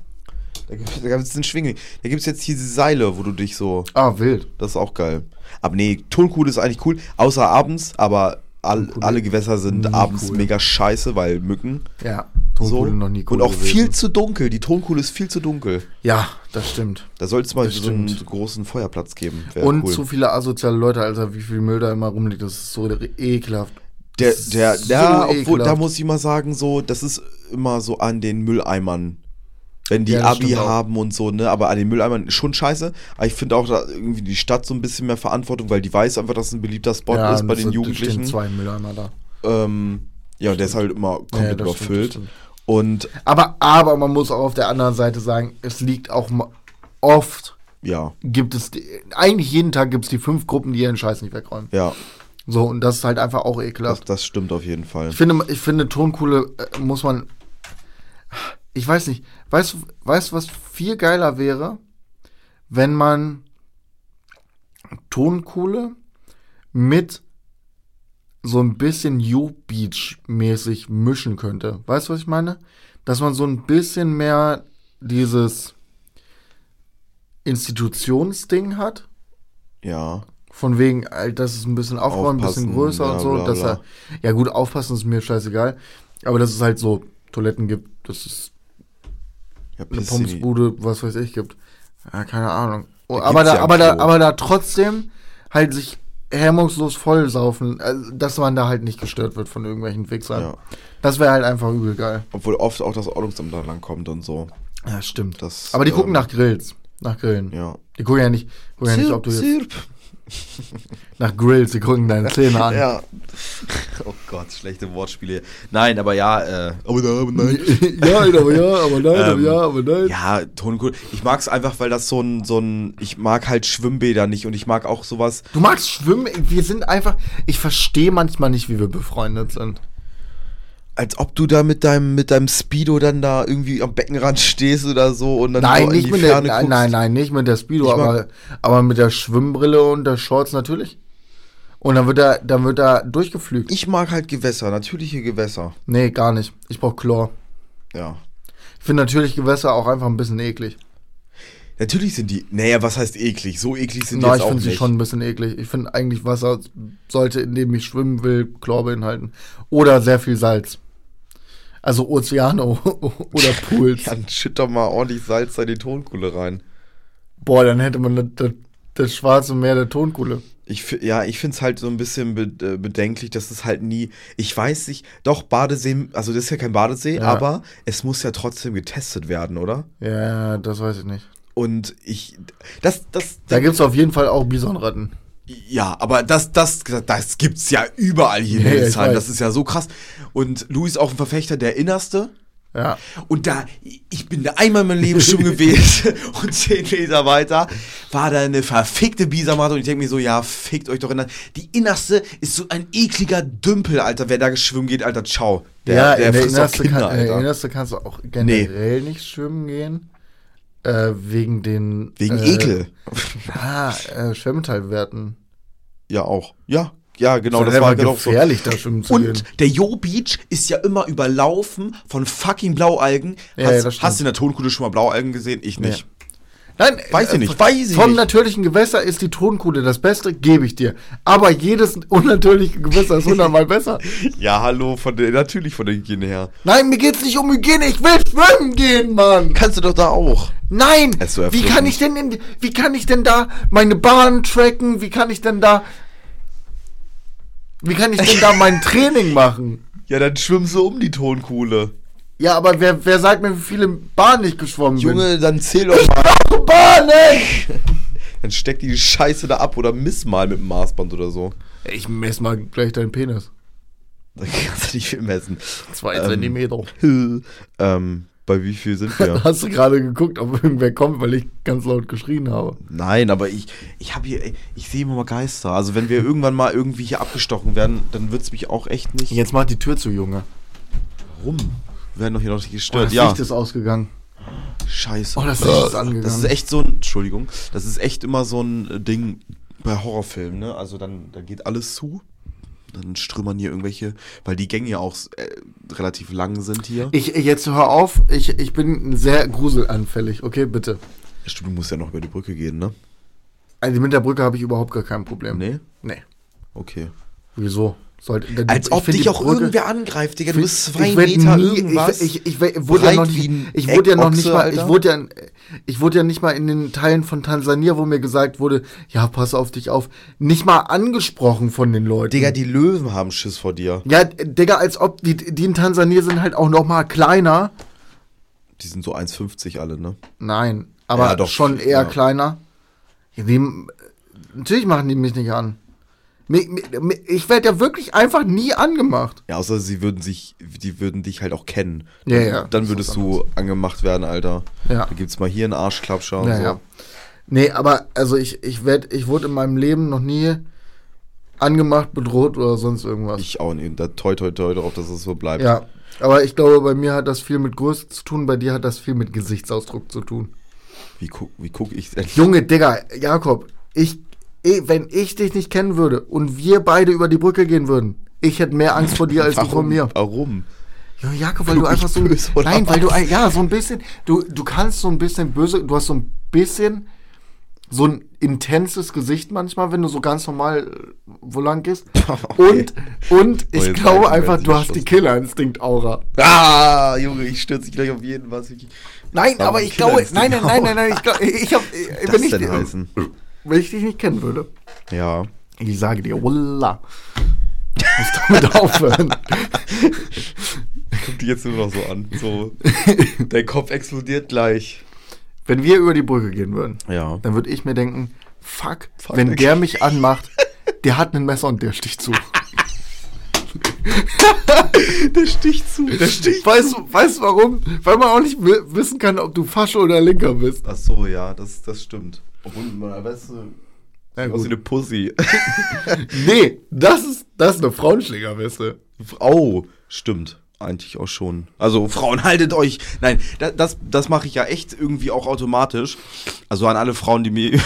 S1: Da gibt's, da gibt's ein Schwingding. Da gibt's jetzt diese Seile, wo du dich so.
S2: Ah, wild.
S1: Das ist auch geil. Aber nee, Tonkuhle ist eigentlich cool, außer abends, aber all,
S2: Tonkuhle
S1: alle Gewässer sind
S2: nie
S1: abends
S2: cool.
S1: mega scheiße, weil Mücken.
S2: Ja,
S1: So.
S2: Tonkuhle noch nie cool
S1: Und auch
S2: gewesen.
S1: viel zu dunkel. Die Tonkuhle ist viel zu dunkel.
S2: Ja, das stimmt.
S1: Da sollte es mal
S2: Das
S1: so einen
S2: stimmt.
S1: großen Feuerplatz geben. Wär
S2: Und
S1: cool.
S2: zu viele asoziale Leute, Alter, wie viel Müll da immer rumliegt, das ist so ekelhaft.
S1: Der,
S2: Das ist
S1: der, ja,
S2: so
S1: obwohl, da
S2: ekelhaft.
S1: muss ich mal sagen, so, das ist immer so an den Mülleimern. Wenn die
S2: Ja, das
S1: Abi
S2: stimmt auch.
S1: haben und so, ne, aber an den Mülleimern ist schon scheiße. Aber ich finde auch da irgendwie die Stadt so ein bisschen mehr Verantwortung, weil die weiß einfach, dass es ein beliebter Spot
S2: ja,
S1: ist bei
S2: und
S1: den
S2: so stehen
S1: Jugendlichen.
S2: zwei Mülleimer da.
S1: Ähm, ja, und der ist halt immer komplett
S2: das stimmt, das
S1: überfüllt.
S2: stimmt.
S1: Und
S2: Aber, aber man muss auch auf der anderen Seite sagen, es liegt auch ma- oft,
S1: ja,
S2: gibt es, die, eigentlich jeden Tag gibt es die fünf Gruppen, die ihren Scheiß nicht wegräumen.
S1: ja,
S2: So, und das ist halt einfach auch
S1: das,
S2: ekelhaft.
S1: das stimmt auf jeden Fall.
S2: Ich finde, ich finde Tonkuhle äh, muss man, ich weiß nicht, weißt du, weißt, du, was viel geiler wäre, wenn man Tonkuhle mit so ein bisschen U-Beach-mäßig mischen könnte. Weißt du, was ich meine? Dass man so ein bisschen mehr dieses Institutionsding hat.
S1: Ja,
S2: Von wegen, äh, das ist ein bisschen aufräumen, ein bisschen
S1: Aufpassen,
S2: größer und
S1: ja,
S2: so.
S1: bla,
S2: dass
S1: bla.
S2: er, ja gut, aufpassen ist mir scheißegal. Aber dass es halt so Toiletten gibt, dass es
S1: ja
S2: eine
S1: piss in die-
S2: Pommesbude, was weiß ich, gibt. Ja, keine Ahnung. Oh,
S1: Da
S2: aber,
S1: gibt's ja
S2: da,
S1: ein
S2: aber, da,
S1: Klo.
S2: aber da trotzdem halt sich hemmungslos vollsaufen, also, dass man da halt nicht gestört wird von irgendwelchen Wichsern.
S1: Ja.
S2: Das wäre halt einfach übel geil.
S1: Obwohl oft auch das Ordnungsamt da lang kommt und so.
S2: Ja, stimmt.
S1: Das,
S2: aber die gucken
S1: ähm,
S2: nach Grills. Nach Grillen.
S1: Ja.
S2: Die gucken ja nicht, gucken ja nicht ob du jetzt
S1: Zirp, zirp.
S2: nach Grills, die gucken deine Zähne an.
S1: Ja. Oh Gott, schlechte Wortspiele. Nein, aber ja, äh, aber da, aber nein.
S2: ja, aber ja, aber nein, aber
S1: Ähm,
S2: ja, aber nein.
S1: Ja, Tonkuhle. Ich mag's einfach, weil das so ein, so ein, ich mag halt Schwimmbäder nicht und ich mag auch sowas.
S2: Du magst schwimmen, wir sind einfach. Ich verstehe manchmal nicht, wie wir befreundet sind.
S1: Als ob du da mit deinem, mit deinem Speedo dann da irgendwie am Beckenrand stehst oder so und dann
S2: Nein,
S1: nur
S2: nicht
S1: in
S2: mit
S1: die
S2: der,
S1: Ferne
S2: nein,
S1: guckst.
S2: nein, nein, nicht mit der Speedo,
S1: Ich mag-
S2: aber, aber mit der Schwimmbrille und der Shorts natürlich. Und dann wird er, dann wird er durchgepflügt.
S1: Ich mag halt Gewässer, natürliche Gewässer.
S2: nee, gar nicht. Ich brauch Chlor.
S1: Ja.
S2: Ich finde natürlich Gewässer auch einfach ein bisschen eklig.
S1: Natürlich sind die, naja, was heißt eklig? So eklig sind die
S2: Na,
S1: jetzt
S2: ich
S1: auch
S2: finde
S1: nicht.
S2: sie schon ein bisschen eklig. Ich finde eigentlich Wasser sollte, in dem ich schwimmen will, Chlor beinhalten. Oder sehr viel Salz. Also Ozeane oder Pools.
S1: Ja, Dann schütt doch mal ordentlich Salz in die Tonkuhle rein.
S2: Boah, dann hätte man das, das, das schwarze Meer der Tonkuhle.
S1: Ich, fi- ja, ich finde es halt so ein bisschen be äh, bedenklich, dass es halt nie, ich weiß nicht, doch Badesee, also das ist ja kein Badesee,
S2: Ja.
S1: aber es muss ja trotzdem getestet werden, oder?
S2: Ja, das weiß ich nicht.
S1: Und ich, das, das,
S2: Da gibt's auf jeden Fall auch Bisonratten.
S1: ja, aber das, das, das gibt's ja überall hier in
S2: Ja, ja, ich
S1: Hildesheim,
S2: weiß.
S1: das ist ja so krass. Und Louis ist auch ein Verfechter der Innerste,
S2: Ja.
S1: Und da, ich bin da einmal in meinem Leben schon gewesen und zehn Meter weiter war da eine verfickte Bisamatte und ich denke mir so, ja, fickt euch doch in der, die innerste ist so ein ekliger Dümpel, Alter, wer da schwimmen geht, Alter, ciao. Der,
S2: ja,
S1: der
S2: in der
S1: frisst doch
S2: Innerste
S1: Kinder,
S2: kann, in der
S1: Alter.
S2: Innerste kannst du auch generell nicht schwimmen gehen. Äh, wegen den.
S1: Wegen
S2: äh,
S1: Ekel.
S2: Ah, äh, Schwermetallwerten.
S1: Ja, auch. Ja, ja, genau, das
S2: ist
S1: war
S2: einfach
S1: genau so.
S2: gefährlich, da schwimmen zu gehen.
S1: Und der Jo Beach ist ja immer überlaufen von fucking Blaualgen.
S2: Ja,
S1: hast,
S2: ja, das stimmt.
S1: hast du in der Tonkuhle schon mal Blaualgen gesehen? Ich nicht.
S2: Nein,
S1: Weiß ich
S2: äh,
S1: nicht,
S2: von-
S1: weiß ich
S2: Vom
S1: nicht.
S2: natürlichen Gewässer ist die Tonkuhle das Beste, gebe ich dir. Aber jedes unnatürliche Gewässer ist hundertmal besser.
S1: Ja, hallo, von der, natürlich von der Hygiene her.
S2: Nein, mir geht's nicht um Hygiene, ich will schwimmen gehen, Mann.
S1: Kannst du doch da auch.
S2: Nein,
S1: Es ist so
S2: wie
S1: erfrischend.
S2: kann ich denn in, wie kann ich denn da meine Bahn tracken? Wie kann ich denn da Wie kann ich denn da mein Training machen?
S1: Ja, dann schwimmst du um die Tonkuhle.
S2: Ja, aber wer, wer sagt mir, wie viele Bahnen ich geschwommen
S1: Junge, dann zähl doch mal.
S2: bin? Bahnen!
S1: Dann steck die Scheiße da ab oder miss mal mit dem Maßband oder so.
S2: Ich mess mal gleich deinen Penis.
S1: Da kannst du nicht viel messen.
S2: Zwei
S1: Ähm,
S2: Zentimeter.
S1: ähm, bei wie viel sind wir?
S2: Hast du gerade geguckt, ob irgendwer kommt, weil ich ganz laut geschrien habe?
S1: Nein, aber ich, ich habe hier, ich sehe immer mal Geister. Also wenn wir irgendwann mal irgendwie hier abgestochen werden, dann wird's mich auch echt nicht.
S2: Jetzt mach die Tür zu, Junge.
S1: Warum? Wir werden doch hier noch nicht
S2: Oh,
S1: gestört.
S2: das
S1: ja,
S2: Licht ist ausgegangen.
S1: scheiße.
S2: Oh, das Licht ist angegangen.
S1: Das ist echt so ein, Entschuldigung, das ist echt immer so ein äh, Ding bei Horrorfilmen, ne? Also dann, dann geht alles zu. Dann strömern hier irgendwelche, weil die Gänge ja auch äh, relativ lang sind hier.
S2: Ich, jetzt hör auf, ich, ich bin sehr gruselanfällig, okay, bitte.
S1: Stimmt, du musst ja noch über die Brücke gehen, ne?
S2: Also mit der Brücke habe ich überhaupt gar kein Problem.
S1: Nee?
S2: Nee.
S1: Okay.
S2: Wieso? Sollte, denn
S1: Als
S2: ich
S1: ob
S2: find
S1: dich
S2: die
S1: auch
S2: Brücke-
S1: irgendwer angreift, Digga. Du
S2: find-
S1: bist zwei
S2: ich werd
S1: Meter
S2: nie-
S1: irgendwas.
S2: Ich, ich, ich, ich wurde ja
S1: breit
S2: noch
S1: wie
S2: nicht,
S1: ein
S2: ich wurde ja noch nicht
S1: Eckboxe,
S2: mal,
S1: Alter.
S2: ich wurde ja, ich wurde ja nicht mal in den Teilen von Tansania, wo mir gesagt wurde, ja, pass auf dich auf, nicht mal angesprochen von den Leuten.
S1: Digga, die Löwen haben Schiss vor dir.
S2: ja, Digga, als ob die, die in Tansania sind halt auch noch mal kleiner.
S1: Die sind so 1,50 alle, ne?
S2: Nein, aber
S1: Ja, doch,
S2: schon eher
S1: ja.
S2: kleiner. Ja, die, natürlich machen die mich nicht an. Mi- mi- mi- Ich werde ja wirklich einfach nie angemacht.
S1: Ja, außer sie würden sich, die würden dich halt auch kennen.
S2: Ja,
S1: Dann-
S2: ja,
S1: Dann
S2: das
S1: würdest
S2: ist
S1: du angemacht werden, Alter.
S2: Ja.
S1: Da gibt's mal hier einen Arschklapscher und
S2: Ja,
S1: so.
S2: ja. Nee, aber also ich, ich, werd, ich wurde in meinem Leben noch nie angemacht, bedroht oder sonst irgendwas.
S1: Ich auch nicht. Da toi toi toi drauf, dass es so bleibt.
S2: ja, aber ich glaube, bei mir hat das viel mit Größe zu tun, bei dir hat das viel mit Gesichtsausdruck zu tun.
S1: Wie guck, wie guck ich denn?
S2: Junge, Digga, Jakob, ich, eh, wenn ich dich nicht kennen würde und wir beide über die Brücke gehen würden, ich hätte mehr Angst vor dir als du vor mir.
S1: Warum?
S2: Ja, Jakob, weil
S1: Guck
S2: du einfach
S1: ich
S2: so ein,
S1: böse oder
S2: Nein, weil du
S1: was?
S2: ein- ja so ein bisschen du du kannst so ein bisschen böse, du hast so ein bisschen so ein intenses Gesicht manchmal, wenn du so ganz normal äh, wo lang gehst.
S1: Okay.
S2: Und und ich
S1: jetzt
S2: glaube
S1: reichen wir
S2: einfach,
S1: jetzt
S2: du
S1: nicht
S2: hast die
S1: Schluss.
S2: Killerinstinkt Aura.
S1: Ah, Junge, ich stürze dich gleich auf jeden was. Ich-
S2: Nein,
S1: Aber
S2: aber ich
S1: Killer
S2: glaube,
S1: ist die
S2: nein, nein, nein,
S1: Aura.
S2: nein, nein, ich glaube, ich hab äh,
S1: Was
S2: wenn ich
S1: denn
S2: dich-
S1: heißen?
S2: wenn ich dich nicht kennen würde.
S1: Ja.
S2: Ich sage dir, wallah. Ich muss damit aufhören.
S1: Guck dich jetzt nur noch so an. So. Dein Kopf explodiert gleich.
S2: Wenn wir über die Brücke gehen würden,
S1: Ja.
S2: dann würde ich mir denken, fuck,
S1: Fuck,
S2: wenn
S1: der-
S2: der mich anmacht, der hat ein Messer und der sticht zu.
S1: Der Stich zu. Der Stich.
S2: Weißt du, weißt du warum? Weil man auch nicht wi- wissen kann, ob du Fasche oder Linker bist.
S1: Ach so, ja, das, das stimmt. Obwohl, man weiß,
S2: Ja,
S1: aus wie eine
S2: gut.
S1: Pussy.
S2: Nee, das ist, das ist eine Frauenschlägerweste.
S1: Oh, stimmt. Eigentlich auch schon. Also, Frauen, haltet euch. Nein, das, das, das mache ich ja echt irgendwie auch automatisch. Also an alle Frauen, die mir,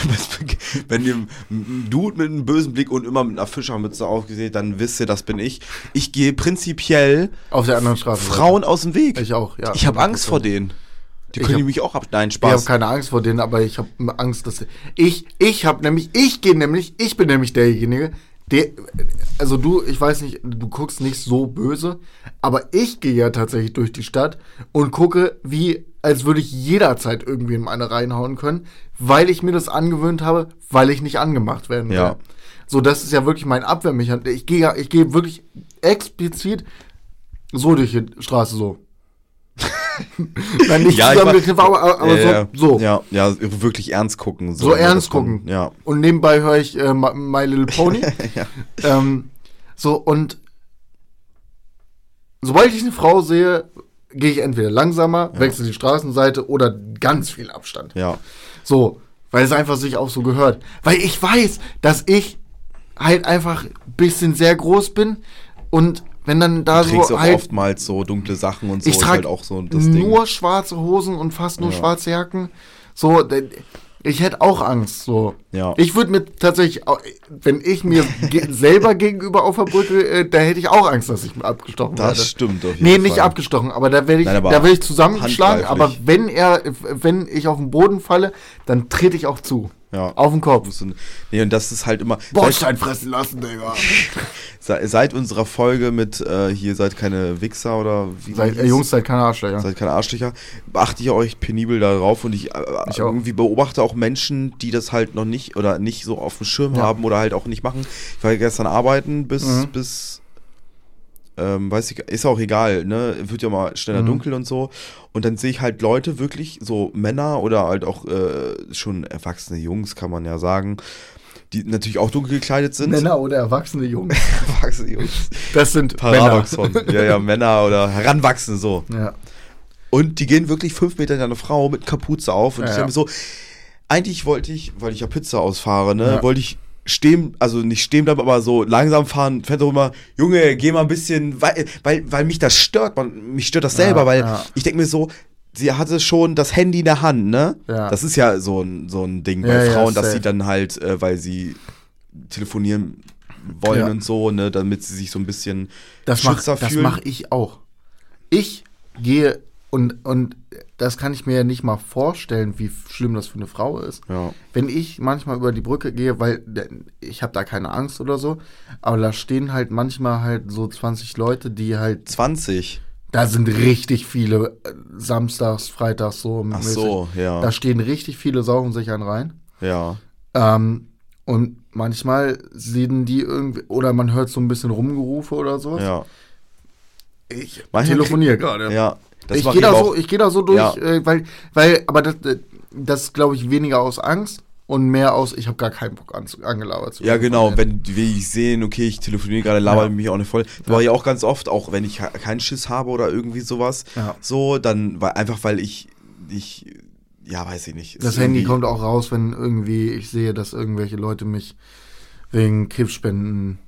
S1: wenn ihr einen Dude mit einem bösen Blick und immer mit einer Fischermütze aufgesehen, dann wisst ihr, das bin ich. Ich gehe prinzipiell
S2: Auf der anderen Straße.
S1: Frauen aus dem Weg.
S2: Ich auch, ja.
S1: Ich habe Angst vor denen. Die
S2: Ich
S1: können
S2: hab-
S1: mich auch ab. Nein,
S2: Ich habe
S1: Spaß.
S2: keine Angst vor denen, aber ich habe Angst, dass ich ich habe nämlich ich gehe nämlich ich bin nämlich derjenige, der also du ich weiß nicht du guckst nicht so böse, aber ich gehe ja tatsächlich durch die Stadt und gucke wie als würde ich jederzeit irgendwie in eine reinhauen können, weil ich mir das angewöhnt habe, weil ich nicht angemacht werden will.
S1: Ja.
S2: So das ist ja wirklich mein Abwehrmechanismus. Ich gehe ja ich gehe wirklich explizit so durch die Straße so. Nein, nicht
S1: Ja, ich war-
S2: zusammengekniffen, aber, aber, aber
S1: Ja, ja.
S2: so. so.
S1: Ja, ja, wirklich ernst gucken.
S2: So ernst
S1: dass man-
S2: gucken.
S1: Ja.
S2: Und nebenbei höre ich äh, My- My Little Pony.
S1: ja.
S2: ähm, so, und sobald ich eine Frau sehe, gehe ich entweder langsamer, wechsle die Straßenseite oder ganz viel Abstand.
S1: Ja.
S2: So, weil es einfach sich auch so gehört. Weil ich weiß, dass ich halt einfach ein bisschen sehr groß bin und wenn dann da
S1: Du trägst
S2: so
S1: auch
S2: halt
S1: oftmals so dunkle Sachen und so.
S2: ich
S1: ist
S2: trage
S1: halt auch so das Ding.
S2: nur schwarze Hosen und fast nur
S1: Ja.
S2: schwarze Jacken. So, d- ich hätte auch Angst. So,
S1: Ja.
S2: ich würde mir tatsächlich, au- wenn ich mir ge selber gegenüber auf der Brücke, äh, da hätte ich auch Angst, dass ich abgestochen
S1: Das
S2: werde.
S1: stimmt auf jeden
S2: Nee, nicht
S1: Fall.
S2: abgestochen, aber da werde ich,
S1: Nein, aber
S2: da werde ich zusammenschlagen. Aber
S1: handgreiflich.
S2: wenn er, wenn ich auf den Boden falle, dann trete ich auch zu.
S1: Ja.
S2: Auf den Kopf.
S1: Musst du- Nee, und das ist halt immer.
S2: Bordstein fressen lassen, Digga.
S1: Seit, seit unserer Folge mit äh, hier seid keine Wichser oder wie
S2: Seid,
S1: wie
S2: äh,
S1: hieß-
S2: Jungs, seid keine Arschlöcher.
S1: seid keine Arschlöcher, achte ich euch penibel darauf und ich, äh,
S2: Ich auch.
S1: irgendwie beobachte auch Menschen, die das halt noch nicht oder nicht so auf dem Schirm
S2: Ja.
S1: haben oder halt auch nicht machen. Ich war gestern arbeiten bis,
S2: Mhm.
S1: bis ähm, weiß ich, ist auch egal, ne? Wird ja mal schneller
S2: Mhm.
S1: dunkel und so. Und dann sehe ich halt Leute, wirklich, so Männer oder halt auch äh, schon erwachsene Jungs, kann man ja sagen, die natürlich auch dunkel gekleidet sind.
S2: Männer oder erwachsene Jungs.
S1: Erwachsene Jungs.
S2: Das sind
S1: Paradoxon. Ja, ja, Männer oder Heranwachsende so.
S2: Männer. Ja.
S1: Und die gehen wirklich fünf Meter hinter eine Frau mit Kapuze auf. Und
S2: Ja,
S1: ich
S2: ja.
S1: denke mir so, eigentlich wollte ich, weil ich ja Pizza ausfahre, ne,
S2: Ja.
S1: wollte ich stehen, also nicht stehen bleiben, aber so langsam fahren, fährt doch immer, Junge, geh mal ein bisschen, weil, weil, weil mich das stört, man, mich stört das
S2: Ja,
S1: selber, weil
S2: ja.
S1: ich denke mir so, sie hatte schon das Handy in der Hand, ne?
S2: Ja.
S1: Das ist ja so ein, so ein Ding
S2: Ja,
S1: bei
S2: ja,
S1: Frauen, dass
S2: safe.
S1: sie dann halt, äh, weil sie telefonieren wollen
S2: Ja.
S1: und so, ne, damit sie sich so ein bisschen
S2: Das mache
S1: schützer
S2: das
S1: fühlen.
S2: mach ich auch. Ich gehe und, und das kann ich mir ja nicht mal vorstellen, wie schlimm das für eine Frau ist.
S1: Ja.
S2: Wenn ich manchmal über die Brücke gehe, weil ne, ich habe da keine Angst oder so, aber da stehen halt manchmal halt so 20 Leute, die halt,
S1: 20.
S2: da sind richtig viele äh, Samstags, Freitags so.
S1: Ach
S2: mäßig.
S1: so, ja.
S2: Da stehen richtig viele, saugen sich einen rein.
S1: ja.
S2: Ähm, und manchmal sehen die irgendwie, oder man hört so ein bisschen Rumgerufe oder sowas.
S1: Ja.
S2: Ich
S1: Manchmal
S2: telefoniere gerade.
S1: Ja. Das
S2: ich
S1: mache
S2: gehe da,
S1: auch.
S2: so, ich geh da so durch,
S1: Ja.
S2: äh, weil, weil, aber das, äh, das glaube ich weniger aus Angst und mehr aus, ich habe gar keinen Bock an, angelabert zu
S1: ja,
S2: werden.
S1: genau, wenn die- wenn ich sehen, okay, ich telefoniere gerade, laber
S2: Ja.
S1: mich auch nicht voll. Das mache ich auch ganz oft, auch wenn ich ha- keinen Schiss habe oder irgendwie sowas.
S2: Ja.
S1: So, dann weil, einfach weil ich ich ja, weiß ich nicht. Ist
S2: Das Handy
S1: irgendwie-
S2: kommt auch raus, wenn irgendwie ich sehe, dass irgendwelche Leute mich wegen Kippspenden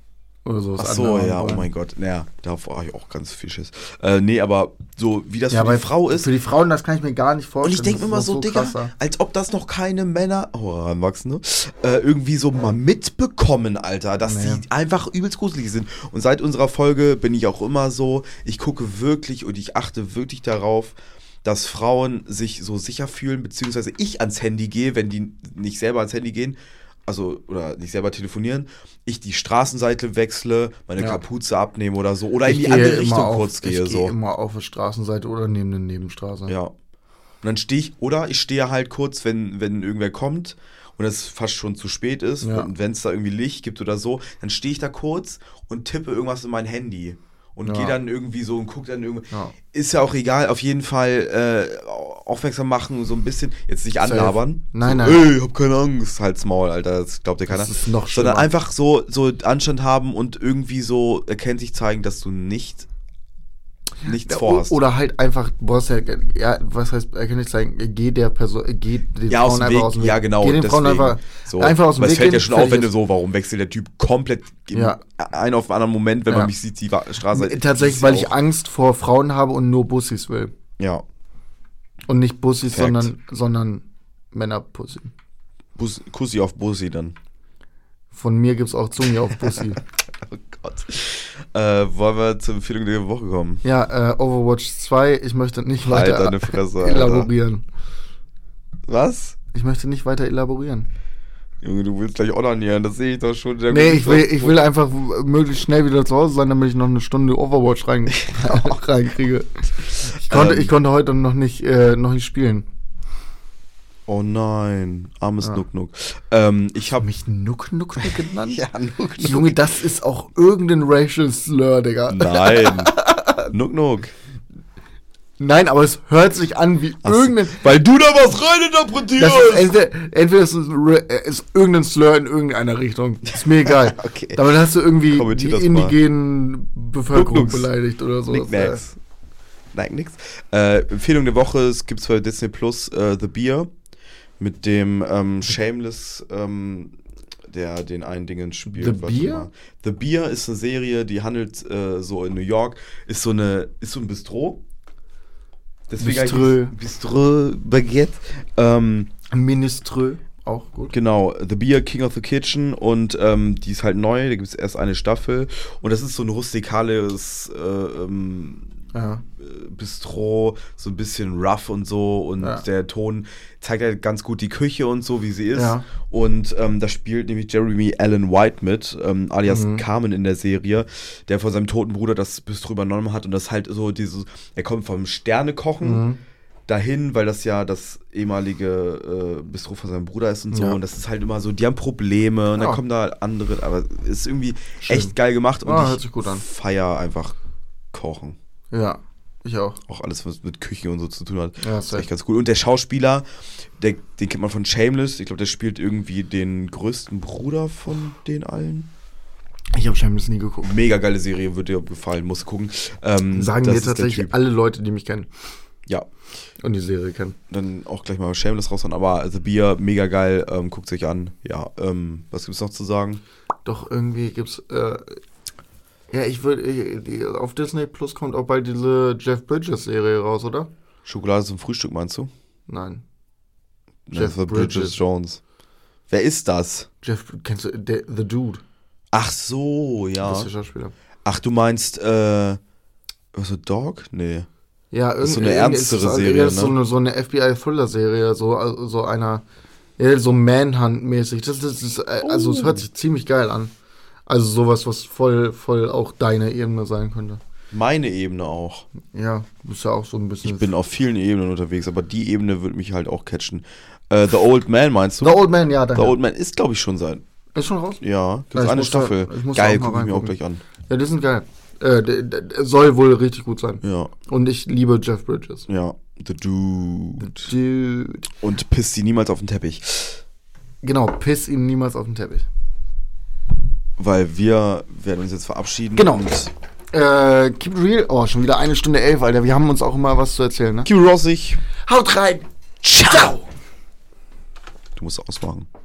S2: oder so.
S1: Ach so, ja, oh mein Gott. Naja, da habe ich auch ganz viel Schiss. Äh, nee, aber so wie das
S2: Ja,
S1: für
S2: bei
S1: die Frau ist.
S2: Für die Frauen, das kann ich mir gar nicht
S1: Und
S2: vorstellen.
S1: ich denke
S2: Das
S1: mir immer
S2: ist
S1: so,
S2: noch
S1: Digga,
S2: krasser.
S1: als ob das noch keine Männer, oh, Heranwachsende, äh, irgendwie so mal mitbekommen, Alter, dass
S2: Naja.
S1: die einfach übelst gruselig sind. Und seit unserer Folge bin ich auch immer so, ich gucke wirklich und ich achte wirklich darauf, dass Frauen sich so sicher fühlen, beziehungsweise ich ans Handy gehe, wenn die nicht selber ans Handy gehen, also oder nicht selber telefonieren, ich die Straßenseite wechsle, meine
S2: Ja.
S1: Kapuze abnehme oder so, oder in die
S2: gehe
S1: andere
S2: immer
S1: Richtung
S2: auf,
S1: kurz gehe.
S2: Ich
S1: so.
S2: gehe immer auf der Straßenseite oder neben der Nebenstraße.
S1: Ja. Und dann stehe ich, oder ich stehe halt kurz, wenn, wenn irgendwer kommt und es fast schon zu spät ist
S2: Ja.
S1: und wenn es da irgendwie Licht gibt oder so, dann stehe ich da kurz und tippe irgendwas in mein Handy und
S2: Ja.
S1: gehe dann irgendwie so und gucke dann irgendwie.
S2: Ja.
S1: Ist ja auch egal, auf jeden Fall äh, aufmerksam machen, so ein bisschen, jetzt nicht
S2: Safe.
S1: anlabern.
S2: Nein,
S1: so,
S2: nein.
S1: Ey, ich hab keine Angst, halt's Maul, Alter, das glaubt dir keiner.
S2: Das ist noch
S1: Sondern
S2: schlimmer.
S1: einfach so, so Anstand haben und irgendwie so erkenntlich zeigen, dass du nicht nichts
S2: Ja,
S1: vorhast.
S2: o- Oder halt einfach, du brauchst ja, ja, was heißt, er kann nicht sagen, geh der Person, äh, geh den
S1: ja, aus dem Weg. Ja, genau.
S2: Geh den Frauen
S1: deswegen.
S2: einfach,
S1: so.
S2: einfach aus dem
S1: Weil
S2: Weg.
S1: Es fällt ja
S2: gehen,
S1: schon auf, wenn
S2: fertig
S1: du
S2: ist.
S1: so, warum wechselt der Typ komplett im
S2: Ja.
S1: einen auf den anderen Moment, wenn
S2: Ja. Äh,
S1: man mich sieht, die Wa- Straße.
S2: Tatsächlich,
S1: Also, ist
S2: weil ich
S1: auch-
S2: Angst vor Frauen habe und nur Bussis will.
S1: Ja.
S2: Und nicht Bussis,
S1: Fact.
S2: sondern, sondern Männerpussy.
S1: Bus, Kussi auf Bussi dann.
S2: Von mir gibt's auch Zunge auf Pussy.
S1: Oh Gott. Äh, wollen wir zur Empfehlung der Woche kommen?
S2: ja, äh, Overwatch 2, ich möchte nicht
S1: Halt
S2: weiter
S1: deine Fresse, Alter.
S2: elaborieren.
S1: Was?
S2: Ich möchte nicht weiter elaborieren.
S1: Junge, du willst gleich ordinieren, das sehe ich doch schon. Der
S2: Nee,
S1: guckt
S2: ich will,
S1: doch-
S2: ich will einfach möglichst schnell wieder zu Hause sein, damit ich noch eine Stunde Overwatch rein, auch reinkriege. Ich konnte,
S1: Ähm.
S2: ich konnte heute noch nicht, äh, noch nicht spielen.
S1: Oh nein, armes
S2: Ja.
S1: Nuck Nuck. Ähm, ich habe
S2: Ah. Mich Nuck Nuck Nuck genannt?
S1: Nuck
S2: Junge, das ist auch irgendein racial Slur, Digga.
S1: Nein. Nuck Nuck.
S2: Nein, aber es hört sich an wie
S1: Ach so,
S2: irgendein.
S1: Weil du da was
S2: Das ist
S1: reininterpretierst.
S2: entweder, entweder ist, es ein Ra- äh, ist irgendein Slur in irgendeiner Richtung. Ist mir egal.
S1: Okay.
S2: Damit hast du irgendwie
S1: Kommentier
S2: die
S1: das mal.
S2: indigenen Bevölkerung
S1: Nuck Nucks.
S2: beleidigt oder so.
S1: Knickknacks. äh, Nein, nix. Äh, Empfehlung der Woche, es gibt bei Disney Plus äh, The Beer mit dem ähm, Shameless, ähm, der den einen Dingen spielt.
S2: The
S1: Warte
S2: Bear?
S1: mal. The Beer ist eine Serie, die handelt äh, so in New York, ist so, eine, ist so ein Bistro.
S2: Biströ.
S1: Bistro Baguette. Ähm,
S2: Ministrö, auch gut.
S1: Genau, The Beer, King of the Kitchen und ähm, die ist halt neu, da gibt es erst eine Staffel und das ist so ein rustikales äh, ähm,
S2: Ja.
S1: äh, Bistro, so ein bisschen rough und so und
S2: Ja.
S1: der Ton zeigt halt ganz gut die Küche und so, wie sie ist
S2: Ja.
S1: und ähm, da spielt nämlich Jeremy Allen White mit, ähm, alias
S2: Mhm.
S1: Carmen in der Serie, der von seinem toten Bruder das Bistro übernommen hat und das halt so dieses, er kommt vom Sternekochen
S2: Mhm.
S1: dahin, weil das ja das ehemalige äh, Bistro von seinem Bruder ist und so.
S2: Ja.
S1: Und das ist halt immer so, die haben Probleme und dann
S2: Ja.
S1: kommen da andere. Aber ist irgendwie
S2: Schön.
S1: echt geil gemacht und
S2: Ah, hört
S1: ich
S2: sich gut an.
S1: feier einfach kochen.
S2: Ja, ich auch.
S1: Auch alles, was mit Küche und so zu tun hat.
S2: Ja,
S1: Das ist echt
S2: safe.
S1: ganz cool. Und der Schauspieler, der, den kennt man von Shameless. Ich glaube, der spielt irgendwie den größten Bruder von den allen.
S2: Ich habe Shameless nie geguckt.
S1: Mega geile Serie, wird dir gefallen, musst du gucken. Ähm,
S2: Sagen
S1: das
S2: mir
S1: ist der
S2: tatsächlich
S1: Typ.
S2: alle Leute, die mich kennen
S1: Ja,
S2: und die Serie kennen.
S1: dann auch gleich mal Shameless raushauen. Aber The Beer, mega geil, ähm, guckt euch an. Ja, ähm, was gibt's noch zu sagen?
S2: Doch irgendwie gibt's. Äh, ja, ich würde. Auf Disney Plus kommt auch bald diese Jeff Bridges Serie raus, oder?
S1: Schokolade zum Frühstück, meinst du?
S2: Nein.
S1: Nein,
S2: Jeff
S1: The Bridges.
S2: Bridges.
S1: Jones. Wer ist das?
S2: Jeff, kennst du der, The Dude?
S1: Ach so,
S2: Das ist
S1: ja.
S2: der Schauspieler.
S1: Ach, du meinst, äh, was ist Dog? Nee.
S2: Ja,
S1: ist so
S2: irgend-
S1: eine
S2: irgend-
S1: ernstere
S2: ist das-
S1: Serie,
S2: ja, ist so
S1: ne?
S2: eine, so eine FBI-Thriller-Serie, so, also so einer, ja, so Manhunt-mäßig. Das, das ist, äh, also es hört
S1: Oh.
S2: sich ziemlich geil an. Also sowas, was voll, voll auch deine Ebene sein könnte.
S1: Meine Ebene auch.
S2: Ja, ist ja auch so ein bisschen.
S1: Ich bin auf vielen Ebenen unterwegs, aber die Ebene würde mich halt auch catchen. Äh, The Old Man meinst du?
S2: The Old Man, ja,
S1: The
S2: danke.
S1: Old Man ist, glaube ich, schon sein.
S2: ist schon raus?
S1: Ja,
S2: Ja,
S1: gibt's
S2: ich
S1: eine
S2: muss da-
S1: Staffel.
S2: ich muss da
S1: geil,
S2: auch mal
S1: gucke ich mir auch
S2: reingucken.
S1: gleich an.
S2: Ja, die sind geil. Äh, der, der, der soll wohl richtig gut sein.
S1: Ja,
S2: Und ich liebe Jeff Bridges.
S1: ja. The Dude.
S2: Dude.
S1: Und pisst sie niemals auf den Teppich.
S2: Genau, piss ihm niemals auf den Teppich.
S1: Weil wir werden uns jetzt verabschieden.
S2: Genau.
S1: Und
S2: Äh, keep it real. Oh, schon wieder eine Stunde elf, Alter. Wir haben uns auch immer was zu erzählen, ne?
S1: Q Rossig,
S2: Haut rein! Ciao.
S1: du musst ausmachen.